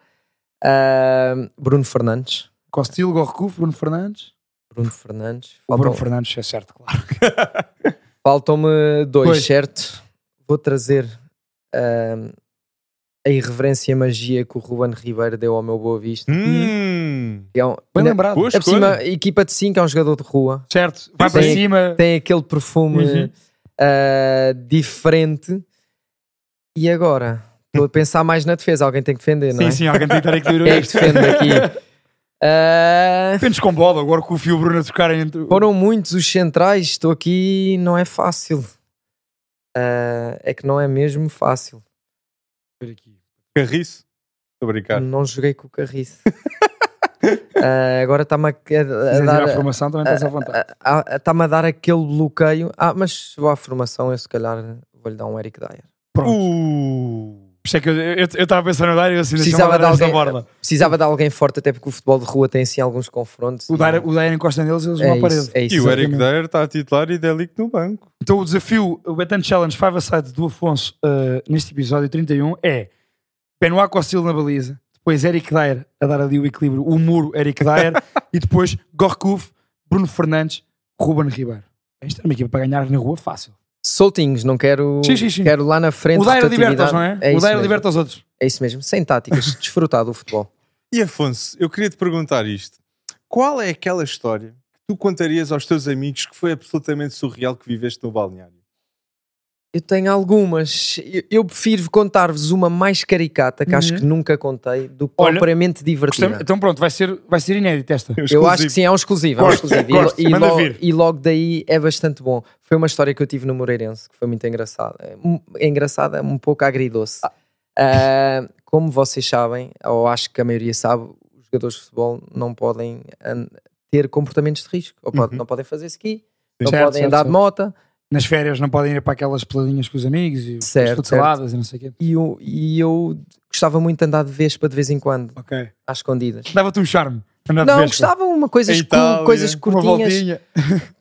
S2: Ah, Bruno Fernandes.
S3: Costil, Gorrecuf, Bruno Fernandes.
S2: Bruno Fernandes.
S3: O Bruno
S2: Faltam-
S3: Fernandes, é certo, claro.
S2: Faltam-me dois,
S3: Dois.
S2: certo? Vou trazer ah, a irreverência e a magia que o Ruben Ribeiro deu ao meu Boa Vista.
S1: hum.
S2: que É um,
S3: Bem
S2: ainda-
S3: lembrado.
S1: Boa
S2: Ainda por cima,
S1: escolha.
S2: a equipa de 5 é um jogador de rua.
S3: Certo, vai para
S2: Sim.
S3: cima.
S2: Tem aquele perfume
S3: Uhum.
S2: ah, diferente. E agora? Estou a pensar mais na defesa. Alguém tem que defender, não
S3: Sim,
S2: é?
S3: sim, alguém tem que estar aqui
S2: Quem é que defende aqui? Ah,
S3: Apenas com bola, o Gorrecuf e o Bruno a tocarem entre.
S2: foram muitos os centrais. Estou aqui, não é fácil. Ah, é que não é mesmo fácil.
S3: Ver aqui.
S1: Carriço. Estou a brincar. Uh.
S2: Não joguei com o Carriço. Ah, agora está-me a, a- a
S3: Quiseres ir à
S2: dar.
S3: formação, também estás à vontade.
S2: a- a- Está-me a dar aquele bloqueio. Ah, mas se vou à formação, eu se calhar vou-lhe dar um Eric Dyer.
S3: Pronto.
S1: Uh.
S3: Por isso é que eu- eu eu estava a pensar no Dário assim,
S2: Precisava
S3: deixa-me dar
S2: de
S3: esta
S2: alguém-
S3: borda.
S2: Precisava de alguém forte, até porque o futebol de rua tem assim alguns confrontos.
S3: O Dário o Dário encosta neles, eles vão
S2: é
S3: à parede.
S2: isso, é
S1: E
S2: isso.
S1: o Eric Dyer está a titular e Delic no banco.
S3: Então o desafio, o Betano Challenge 5 a side do Afonso eh, neste episódio 31 é Benoit Costil na baliza, depois Eric Dyer a dar ali o equilíbrio, o muro Eric Dyer e depois Gorkuf, Bruno Fernandes, Ruben Ribeiro. Isto é uma equipa para ganhar na rua fácil.
S2: Soltinhos, não quero.
S3: Sim, sim, sim.
S2: Quero lá na frente.
S3: o Dyer
S2: rotatividade.
S3: liberta-os, não é?
S2: É
S3: o
S2: isso,
S3: Dyer
S2: mesmo.
S3: liberta os outros.
S2: é isso mesmo. Sem táticas, desfrutar do futebol.
S1: E Afonso, eu queria te perguntar isto. Qual é aquela história que tu contarias aos teus amigos que foi absolutamente surreal que viveste no balneário?
S2: Eu tenho algumas. Eu, eu prefiro contar-vos uma mais caricata, que
S3: Uhum.
S2: acho que nunca contei, do que
S3: Olha,
S2: propriamente divertida.
S3: Gostei- Então pronto, vai ser, vai ser inédito esta.
S2: Eu acho que sim, é um exclusivo. é um
S3: Gosto,
S2: exclusivo. E-
S3: gosto,
S2: e,
S3: manda
S2: logo,
S3: vir.
S2: e logo daí é bastante bom. Foi uma história que eu tive no Moreirense que foi muito engraçada. É mu- É engraçada, um pouco agridoce. Ah, como vocês sabem, ou acho que a maioria sabe, os jogadores de futebol não podem an- ter comportamentos de risco. Ou pode-
S1: Uhum.
S2: não podem fazer ski, não
S3: Certo,
S2: podem
S3: certo,
S2: andar
S3: certo.
S2: de mota.
S3: Nas férias não podem ir para aquelas peladinhas com os amigos e
S2: Certo,
S3: as saladas e não sei o quê.
S2: E eu, e eu gostava muito de andar de vespa de vez em quando,
S3: Ok.
S2: às escondidas.
S3: Dava-te um charme. andar de
S2: Não,
S3: Vespa.
S2: gostava uma coisas,
S1: Em
S2: cu-
S1: Itália,
S2: coisas
S1: uma
S3: Uma
S2: curtinhas.
S3: voltinha.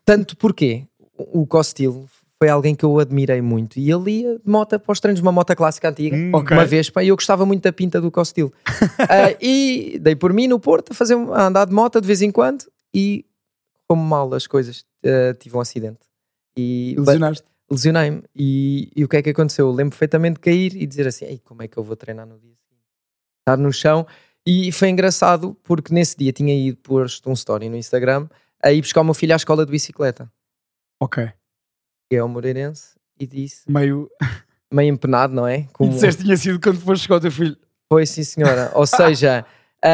S2: Tanto porque o Costil foi alguém que eu admirei muito e ele ia de moto para os treinos, uma moto clássica antiga,
S1: Hum,
S3: ok.
S2: uma Vespa, e eu gostava muito da pinta do Costil. Ah, e dei por mim no Porto a, fazer, um- a andar de moto de vez em quando e, como mal as coisas, ah, tive um acidente. E ba-
S3: Ilusionaste.
S2: lesionei-me. E, e o que é que aconteceu? Eu lembro perfeitamente de cair e dizer assim: Ei, como é que eu vou treinar no dia seguinte? Estar no chão. E foi engraçado porque nesse dia tinha ido posto um story no Instagram a ir buscar o meu filho à escola de bicicleta,
S3: Ok.
S2: que é o Moreirense, e disse,
S3: Meio.
S2: meio empenado, não é?
S3: E disseste que tinha sido quando foste chegar ao teu filho.
S2: Foi sim, senhora. Ou seja,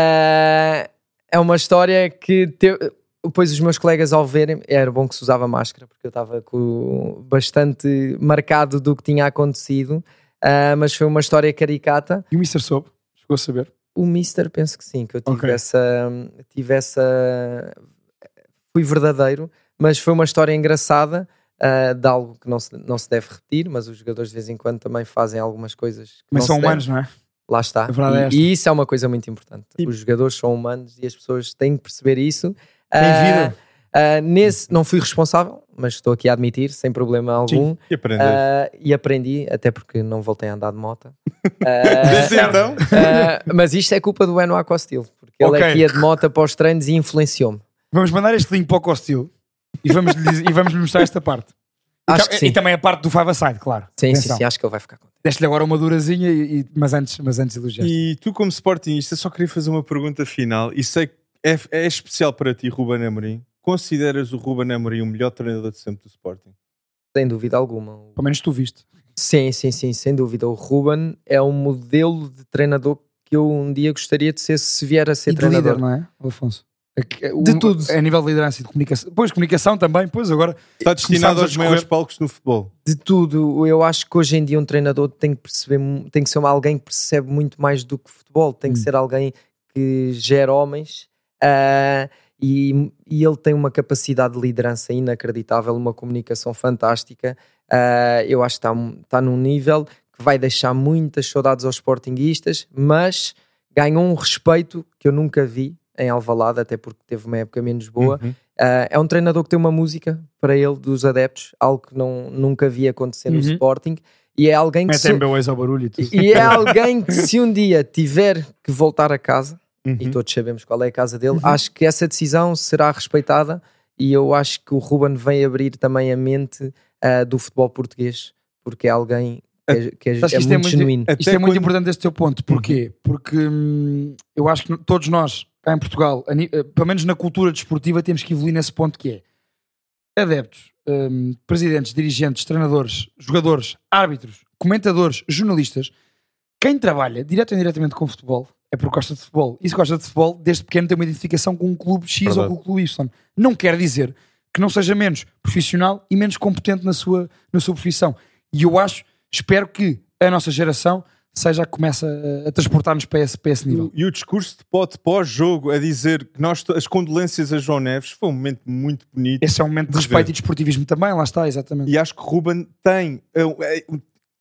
S2: ah, é uma história que te- depois os meus colegas ao verem, era bom que se usava máscara, porque eu estava com bastante marcado do que tinha acontecido, ah, mas foi uma história caricata.
S3: E o Mr. soube. Chegou a saber.
S2: O Mister penso que sim, que eu tive
S3: Ok.
S2: essa. Tive essa. Fui verdadeiro, mas foi uma história engraçada. ah, de algo que não se, não se deve repetir, mas os jogadores de vez em quando também fazem algumas coisas que
S3: Mas
S2: não
S3: são
S2: se deve.
S3: humanos, não é?
S2: Lá está.
S3: A verdade
S2: e,
S3: é esta. Tipo-
S2: e isso é uma coisa muito importante.
S3: E-
S2: Os jogadores são humanos e as pessoas têm que perceber isso.
S3: Tem
S2: Ah,
S3: vida.
S2: ah, nesse, não fui responsável, mas estou aqui a admitir, sem problema algum.
S1: E aprender.
S2: Ah, e aprendi, até porque não voltei a andar de moto. Ah,
S1: Desde então,
S2: ah, mas isto é culpa do Eno Acostil, porque ele é
S3: Ok.
S2: que ia de moto para os treinos e influenciou-me.
S3: Vamos mandar este link para o Costil e vamos lhe dizer- e vamos lhe mostrar esta parte.
S2: Acho
S3: Então,
S2: que
S3: e-
S2: sim.
S3: E também a parte do Five Aside, claro.
S2: Sim, sim,
S3: Atenção.
S2: sim, acho que ele vai ficar contente.
S3: Deste-lhe agora uma durazinha, e, e- mas antes, mas antes elogiaste.
S1: e tu como Sportingista, só queria fazer uma pergunta final e sei que é, é especial para ti, Ruben Amorim. Consideras o Ruben Amorim o melhor treinador de sempre do Sporting?
S2: Sem dúvida alguma.
S3: Pelo menos tu viste.
S2: Sim, sim, sim, sem dúvida. O Ruben é um modelo de treinador que eu um dia gostaria de ser se vier a ser
S3: E de
S2: treinador.
S3: líder, não é, Afonso? É que- é o-
S2: De tudo.
S3: A nível de liderança e de comunicação. Pois, comunicação também, pois agora.
S1: Está destinado
S3: Começámos a
S1: aos maiores
S3: discorrer.
S1: palcos no futebol.
S2: de tudo. Eu acho que hoje em dia um treinador tem que perceber, mu- tem que ser alguém que percebe muito mais do que futebol, tem que
S3: Hum.
S2: ser alguém que gera homens ah, e, e ele tem uma capacidade de liderança inacreditável, uma comunicação fantástica. Ah, eu acho que está, está num nível que vai deixar muitas saudades aos sportinguistas, mas ganhou um respeito que eu nunca vi em Alvalade, até porque teve uma época menos boa.
S1: Uhum.
S2: Ah, é um treinador que tem uma música para ele dos adeptos, algo que não, nunca vi acontecer no
S3: Uhum.
S2: Sporting, e é alguém que
S3: Mete
S2: se,
S3: MBOs ao barulho e tudo.
S2: e é alguém que se um dia tiver que voltar a casa,
S1: Uhum.
S2: e todos sabemos qual é a casa dele, acho que essa decisão será respeitada e eu acho que o Ruben vem abrir também a mente ah, do futebol português, porque é alguém que é, que é-
S3: Acho que
S2: é
S3: isto é
S2: muito
S3: muito-
S2: genuíno.
S1: Até
S3: Isto é muito
S1: quando- Uhum.
S3: importante este teu ponto. Porquê? Porque hum, eu acho que todos nós, cá em Portugal, a ni- eh, pelo menos na cultura desportiva, temos que evoluir nesse ponto que é adeptos, hum, presidentes, dirigentes, treinadores, jogadores, árbitros, comentadores, jornalistas. Quem trabalha direto ou indiretamente com futebol é porque gosta de futebol. E se gosta de futebol, desde pequeno tem uma identificação com um clube X
S1: Verdade.
S3: ou com o clube Y. Não quer dizer que não seja menos profissional e menos competente na sua, na sua profissão. E eu acho, espero que a nossa geração seja a que começa a, a transportar-nos para esse, para esse nível.
S1: E o discurso de pote pós-jogo a dizer que nós, as condolências a João Neves foi um momento muito bonito.
S3: Esse é um momento de
S1: De
S3: respeito
S1: ver.
S3: e desportivismo também, lá está, exatamente.
S1: E acho que Ruben tem. é um- é-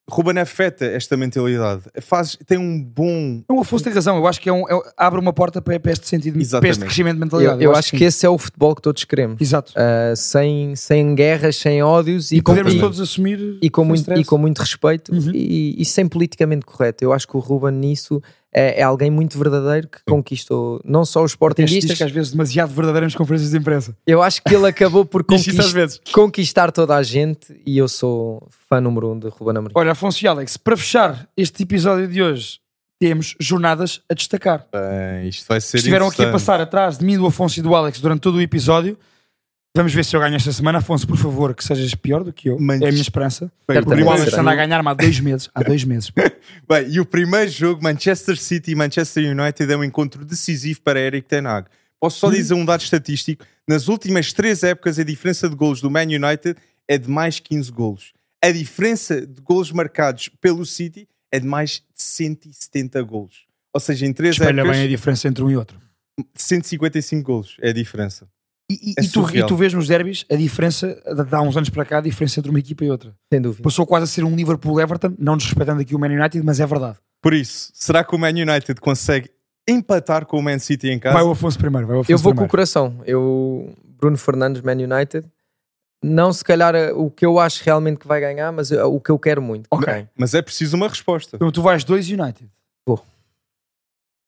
S1: Ruben afeta esta mentalidade. Faz, tem um bom.
S3: Não, o Afonso tem razão, eu acho que é um, é um- abre uma porta para, para este sentido, para
S1: Exatamente.
S3: este crescimento de mentalidade.
S2: Eu, eu acho que
S3: sim.
S2: esse é o futebol que todos queremos,
S3: Exato.
S2: Ah, sem, sem guerras, sem ódios e,
S3: e
S2: com,
S3: podermos
S2: e-
S3: todos assumir
S2: e com,
S3: sem
S2: muito,
S3: stress.
S2: e com muito respeito
S3: Uhum.
S2: e, e sem politicamente correto. Eu acho que o Ruben nisso é, é alguém muito verdadeiro que conquistou não só os
S3: Este diz que às
S2: sportinguistas,
S3: vezes demasiado verdadeiro nas conferências de imprensa.
S2: eu acho que ele acabou por
S3: Diz isso às
S2: conquist-
S3: vezes.
S2: conquistar toda a gente e eu sou fã número um de Ruben Amorim.
S3: Olha, Afonso e Alex, para fechar este episódio de hoje, temos jornadas a destacar.
S1: Bem, isto vai ser.
S3: Estiveram aqui a
S1: interessante.
S3: passar atrás de mim, do Afonso e do Alex durante todo o episódio. Vamos ver se eu ganho esta semana. Afonso, por favor, que sejas pior do que eu.
S1: Mas-
S3: É a minha esperança.
S1: Bem,
S3: O
S1: o
S2: Também
S3: Rio
S1: primeiro-
S3: Ave
S2: será.
S3: anda a ganhar-me há dois meses. Há dois meses.
S1: Bem, e o primeiro jogo, Manchester City e Manchester United, é um encontro decisivo para Eric Ten Hag. Posso
S3: Hum.
S1: só dizer um dado estatístico: nas últimas três épocas, a diferença de golos do Man United é de mais 15 golos. A diferença de golos marcados pelo City é de mais 170 golos. Ou seja, em três
S3: Espelha
S1: épocas,
S3: bem a diferença entre um e outro.
S1: 155 golos é a diferença.
S3: E, e-
S1: É
S3: e tu,
S1: surreal.
S3: e tu vês nos derbys a diferença, de- de há uns anos para cá, a diferença entre uma equipa e outra.
S2: Sem dúvida.
S3: Passou quase a ser um Liverpool-Everton, não desrespeitando aqui o Man United, mas é verdade.
S1: Por isso, será que o Man United consegue empatar com o Man City em casa?
S3: Vai o Afonso primeiro, vai o Afonso
S2: Eu vou com o
S3: primeiro.
S2: coração. Eu, Bruno Fernandes, Man United. Não se calhar eh, o que eu acho realmente que vai ganhar, mas eh, o que eu quero muito. que
S3: Ok.
S2: ganhe.
S1: Mas é preciso uma resposta.
S3: Então tu vais dois United.
S2: Vou.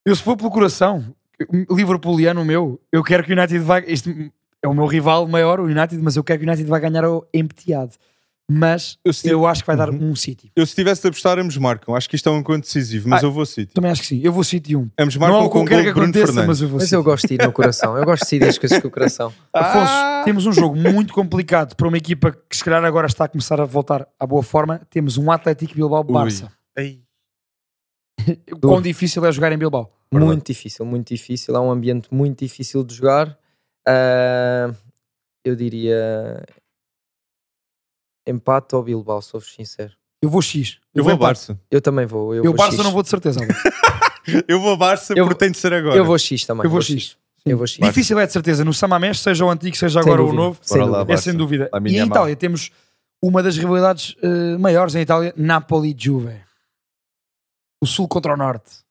S3: Eu se for pelo coração, eu- Liverpooliano o meu, eu quero que o United vá. Este é o meu rival maior, o United, mas eu quero que o United vá ganhar ao empeteado. Mas
S1: Eu, se, eu...
S3: eu acho que vai dar
S1: Uhum.
S3: um City.
S1: se tivesse de apostar, ambos marcam. Acho que isto é um encontro decisivo, mas eu vou City.
S3: Também acho que sim. Eu vou City 1.
S1: Ambos
S3: Ah. Não é
S1: marcam
S3: o que
S1: com
S3: eu
S1: o gol
S3: quero que
S1: de Bruno
S3: aconteça,
S1: Fernandes.
S3: mas eu vou
S2: Mas
S3: City.
S2: eu gosto de ir no coração. Eu gosto de ir das coisas com o coração.
S3: Afonso,
S1: Ah!
S3: temos um jogo muito complicado para uma equipa que se calhar agora está a começar a voltar à boa forma. Temos um Atlético Bilbao-Barça.
S1: Ei.
S3: Quão difícil é jogar em Bilbao?
S1: Verdade.
S2: Muito difícil, muito difícil. Há um ambiente muito difícil de jogar. Ah, eu diria empate ou Bilbao, sou sincero.
S3: Eu vou X.
S1: Eu vou
S3: empate.
S1: Barça.
S2: Eu também vou. Eu,
S3: Eu
S2: vou
S3: Barça
S2: X.
S3: não vou de certeza. Alberto.
S1: Eu vou Barça
S2: Eu
S1: porque
S2: vou-
S1: tem de ser agora.
S2: Eu vou X também.
S3: Eu vou X.
S2: Eu vou X.
S3: Difícil é de certeza. No Samamés, seja o antigo, seja
S2: Sem
S3: agora o
S2: dúvida,
S3: novo,
S2: sem
S1: Bora lá,
S2: dúvida.
S1: Barça.
S3: é sem dúvida.
S1: A minha
S3: E em
S1: mão.
S3: Itália temos uma das rivalidades eh, maiores em Itália, Napoli-Juve. O Sul contra o Norte.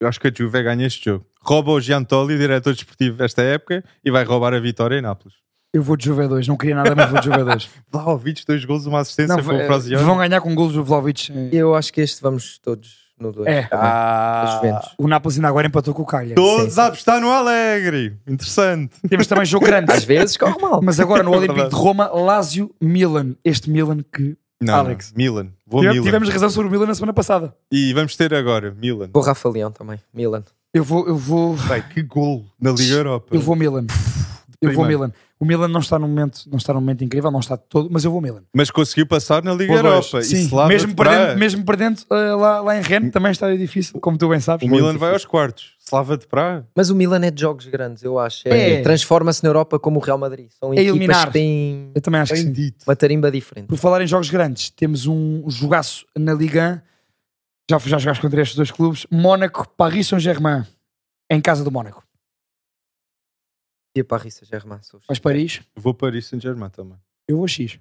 S1: Eu acho que a Juve ganha este jogo. Rouba o Giantoli, diretor desportivo desta época, e vai roubar a vitória em Nápoles.
S3: Eu vou de Juve 2, não queria nada, mas vou de Juve 2.
S1: Vlahovic, dois gols, uma assistência
S3: Não,
S1: com o
S3: eh,
S1: Frazione.
S3: vão ganhar com golos do Vlaovic. eh.
S2: Eu acho que este vamos todos no 2.
S3: É.
S2: Os
S1: Ah,
S2: Juventus.
S3: O Nápoles ainda agora empatou com o Cagliari.
S1: todos
S2: Sim.
S1: a apostar no Alegre. Interessante.
S3: Temos também jogo grande.
S2: Às vezes corre mal.
S3: Mas agora no
S1: É
S3: Olímpico
S1: verdade.
S3: de Roma, Lazio-Milan. Este Milan que...
S1: Não,
S3: Alex.
S1: não. Milan. Vou
S3: Tive-
S1: Milan.
S3: Tivemos razão sobre o Milan na semana passada.
S1: E vamos ter agora Milan.
S2: Vou Rafa Leão também. Milan.
S3: Eu vou... Eu vou...
S1: Bem, que gol na Liga Europa.
S3: Eu vou Milan. Eu vou
S1: primeiro.
S3: Milan. O Milan não está num momento, não está num momento incrível, não está de todo, mas eu vou Milan.
S1: Mas conseguiu passar na Liga
S3: Vou dois.
S1: Europa.
S3: Sim.
S1: Isso lá
S3: mesmo,
S1: vai parar.
S3: perdendo, mesmo perdendo eh, lá, lá em Rennes também está difícil, como tu bem sabes.
S1: O Milan vai aos quartos. Slava de Praga.
S2: Mas o Milan é de jogos grandes, eu acho. É-
S3: É.
S2: Transforma-se na Europa como o Real Madrid. São equipas
S3: eliminar.
S2: que têm
S3: Eu também acho que sim.
S1: Bendito.
S2: uma tarimba diferente.
S3: Por falar em jogos grandes, temos um jogaço na Liga 1. Já, já jogaste contra estes dois clubes. Mónaco, Paris Saint-Germain, em casa do Mónaco.
S2: E a Paris Saint-Germain. sou
S3: Mas Paris,
S1: Vou para isso em Germain também.
S3: eu vou X.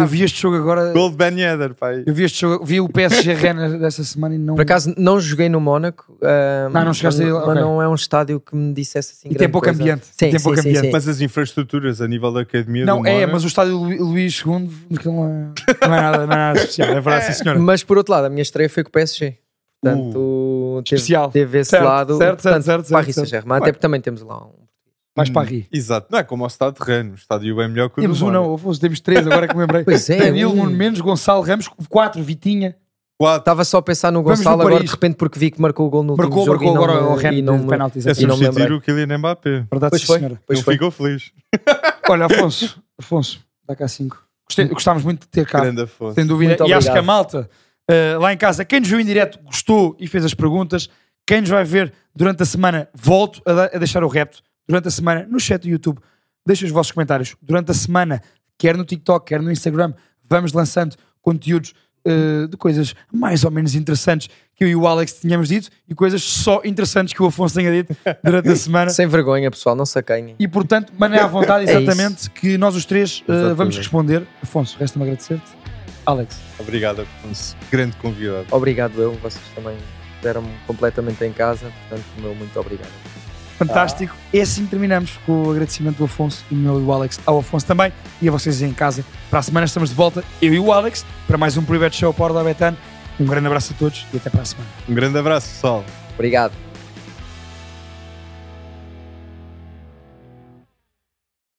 S3: Eu vi este jogo agora...
S1: Gol de É. Ben Yedder, pai.
S3: Eu vi este jogo, vi o PSG Rennes dessa semana e não...
S2: Por acaso não joguei no Mónaco, ah,
S3: Ah, não
S2: mas,
S3: chegaste a ir lá,
S2: mas
S3: ok.
S2: não é um estádio que me dissesse assim.
S3: E tem
S2: grande
S3: pouco
S2: coisa.
S3: ambiente,
S2: Sim,
S3: tem
S2: sim,
S3: pouco
S2: sim,
S3: ambiente.
S2: sim.
S1: Mas as infraestruturas a nível da academia
S3: Não,
S1: do
S3: é,
S1: Mónaco-
S3: mas o estádio Lu- Luís II aquilo não é, não é nada, não é nada especial, é verdade, sim senhora.
S2: Mas por outro lado, a minha estreia foi com o PSG. Portanto, teve,
S3: Uh, especial.
S2: teve esse
S3: Certo,
S2: lado.
S3: certo, certo,
S2: Portanto,
S3: certo, certo,
S2: Paris
S3: certo.
S2: Saint-Germain, até porque também temos lá um.
S3: Mais para rir.
S1: Exato, não é como o estádio terreno. O estádio é melhor que o
S3: Temos
S1: do
S3: um,
S1: Mónaco.
S3: não, Afonso, temos três, agora que me lembrei.
S2: Pois é,
S3: Danilo,
S2: um.
S3: Nuno Menos, Gonçalo Ramos, quatro, Vitinha.
S1: Quatro.
S2: Estava só a pensar no
S3: Vamos
S2: Gonçalo
S3: no
S2: agora,
S3: Paris.
S2: de repente, porque vi que marcou o gol no último
S3: Marcou,
S2: jogo
S3: marcou
S2: e não
S3: agora
S2: me-
S3: o
S2: e
S3: Rennes
S2: não
S3: de
S2: me-
S3: penaltis.
S1: É
S2: e não me
S1: substituir
S2: lembrei.
S1: o Kylian Mbappé.
S3: Verdade,
S2: Pois
S3: sim
S2: foi,
S3: senhora.
S2: pois
S1: Ele
S2: foi.
S1: ficou feliz.
S3: Olha, Afonso, Afonso, dá cá cinco. Gostei- gostámos muito de ter cá,
S1: Grande Afonso.
S3: sem dúvida.
S2: Muito
S3: e acho
S2: obrigado.
S3: que a malta, eh, lá em casa, quem nos viu em direto gostou e fez as perguntas. Quem nos vai ver durante a semana, volto a, da- a deixar o repto. Durante a semana, no chat do YouTube, deixem os vossos comentários. Durante a semana, quer no TikTok, quer no Instagram, vamos lançando conteúdos eh, de coisas mais ou menos interessantes que eu e o Alex tínhamos dito e coisas só interessantes que o Afonso tenha dito durante a semana.
S2: Sem vergonha, pessoal, não saquem.
S3: E portanto, mané à vontade,
S2: É
S3: exatamente, que nós os três eh,
S1: Exatamente.
S3: vamos responder. Afonso, resta-me agradecer-te. Alex.
S1: Obrigado, Afonso. Grande convidado.
S2: Obrigado eu, vocês também deram-me completamente em casa, portanto, o meu muito obrigado.
S3: Fantástico. E assim terminamos com o agradecimento do Afonso e o meu e o Alex ao Afonso também e a vocês em casa. Para a semana estamos de volta, eu e o Alex, para mais um Private Show Power da Betano. Um grande abraço a todos e até para a semana.
S1: Um grande abraço, pessoal.
S2: Obrigado.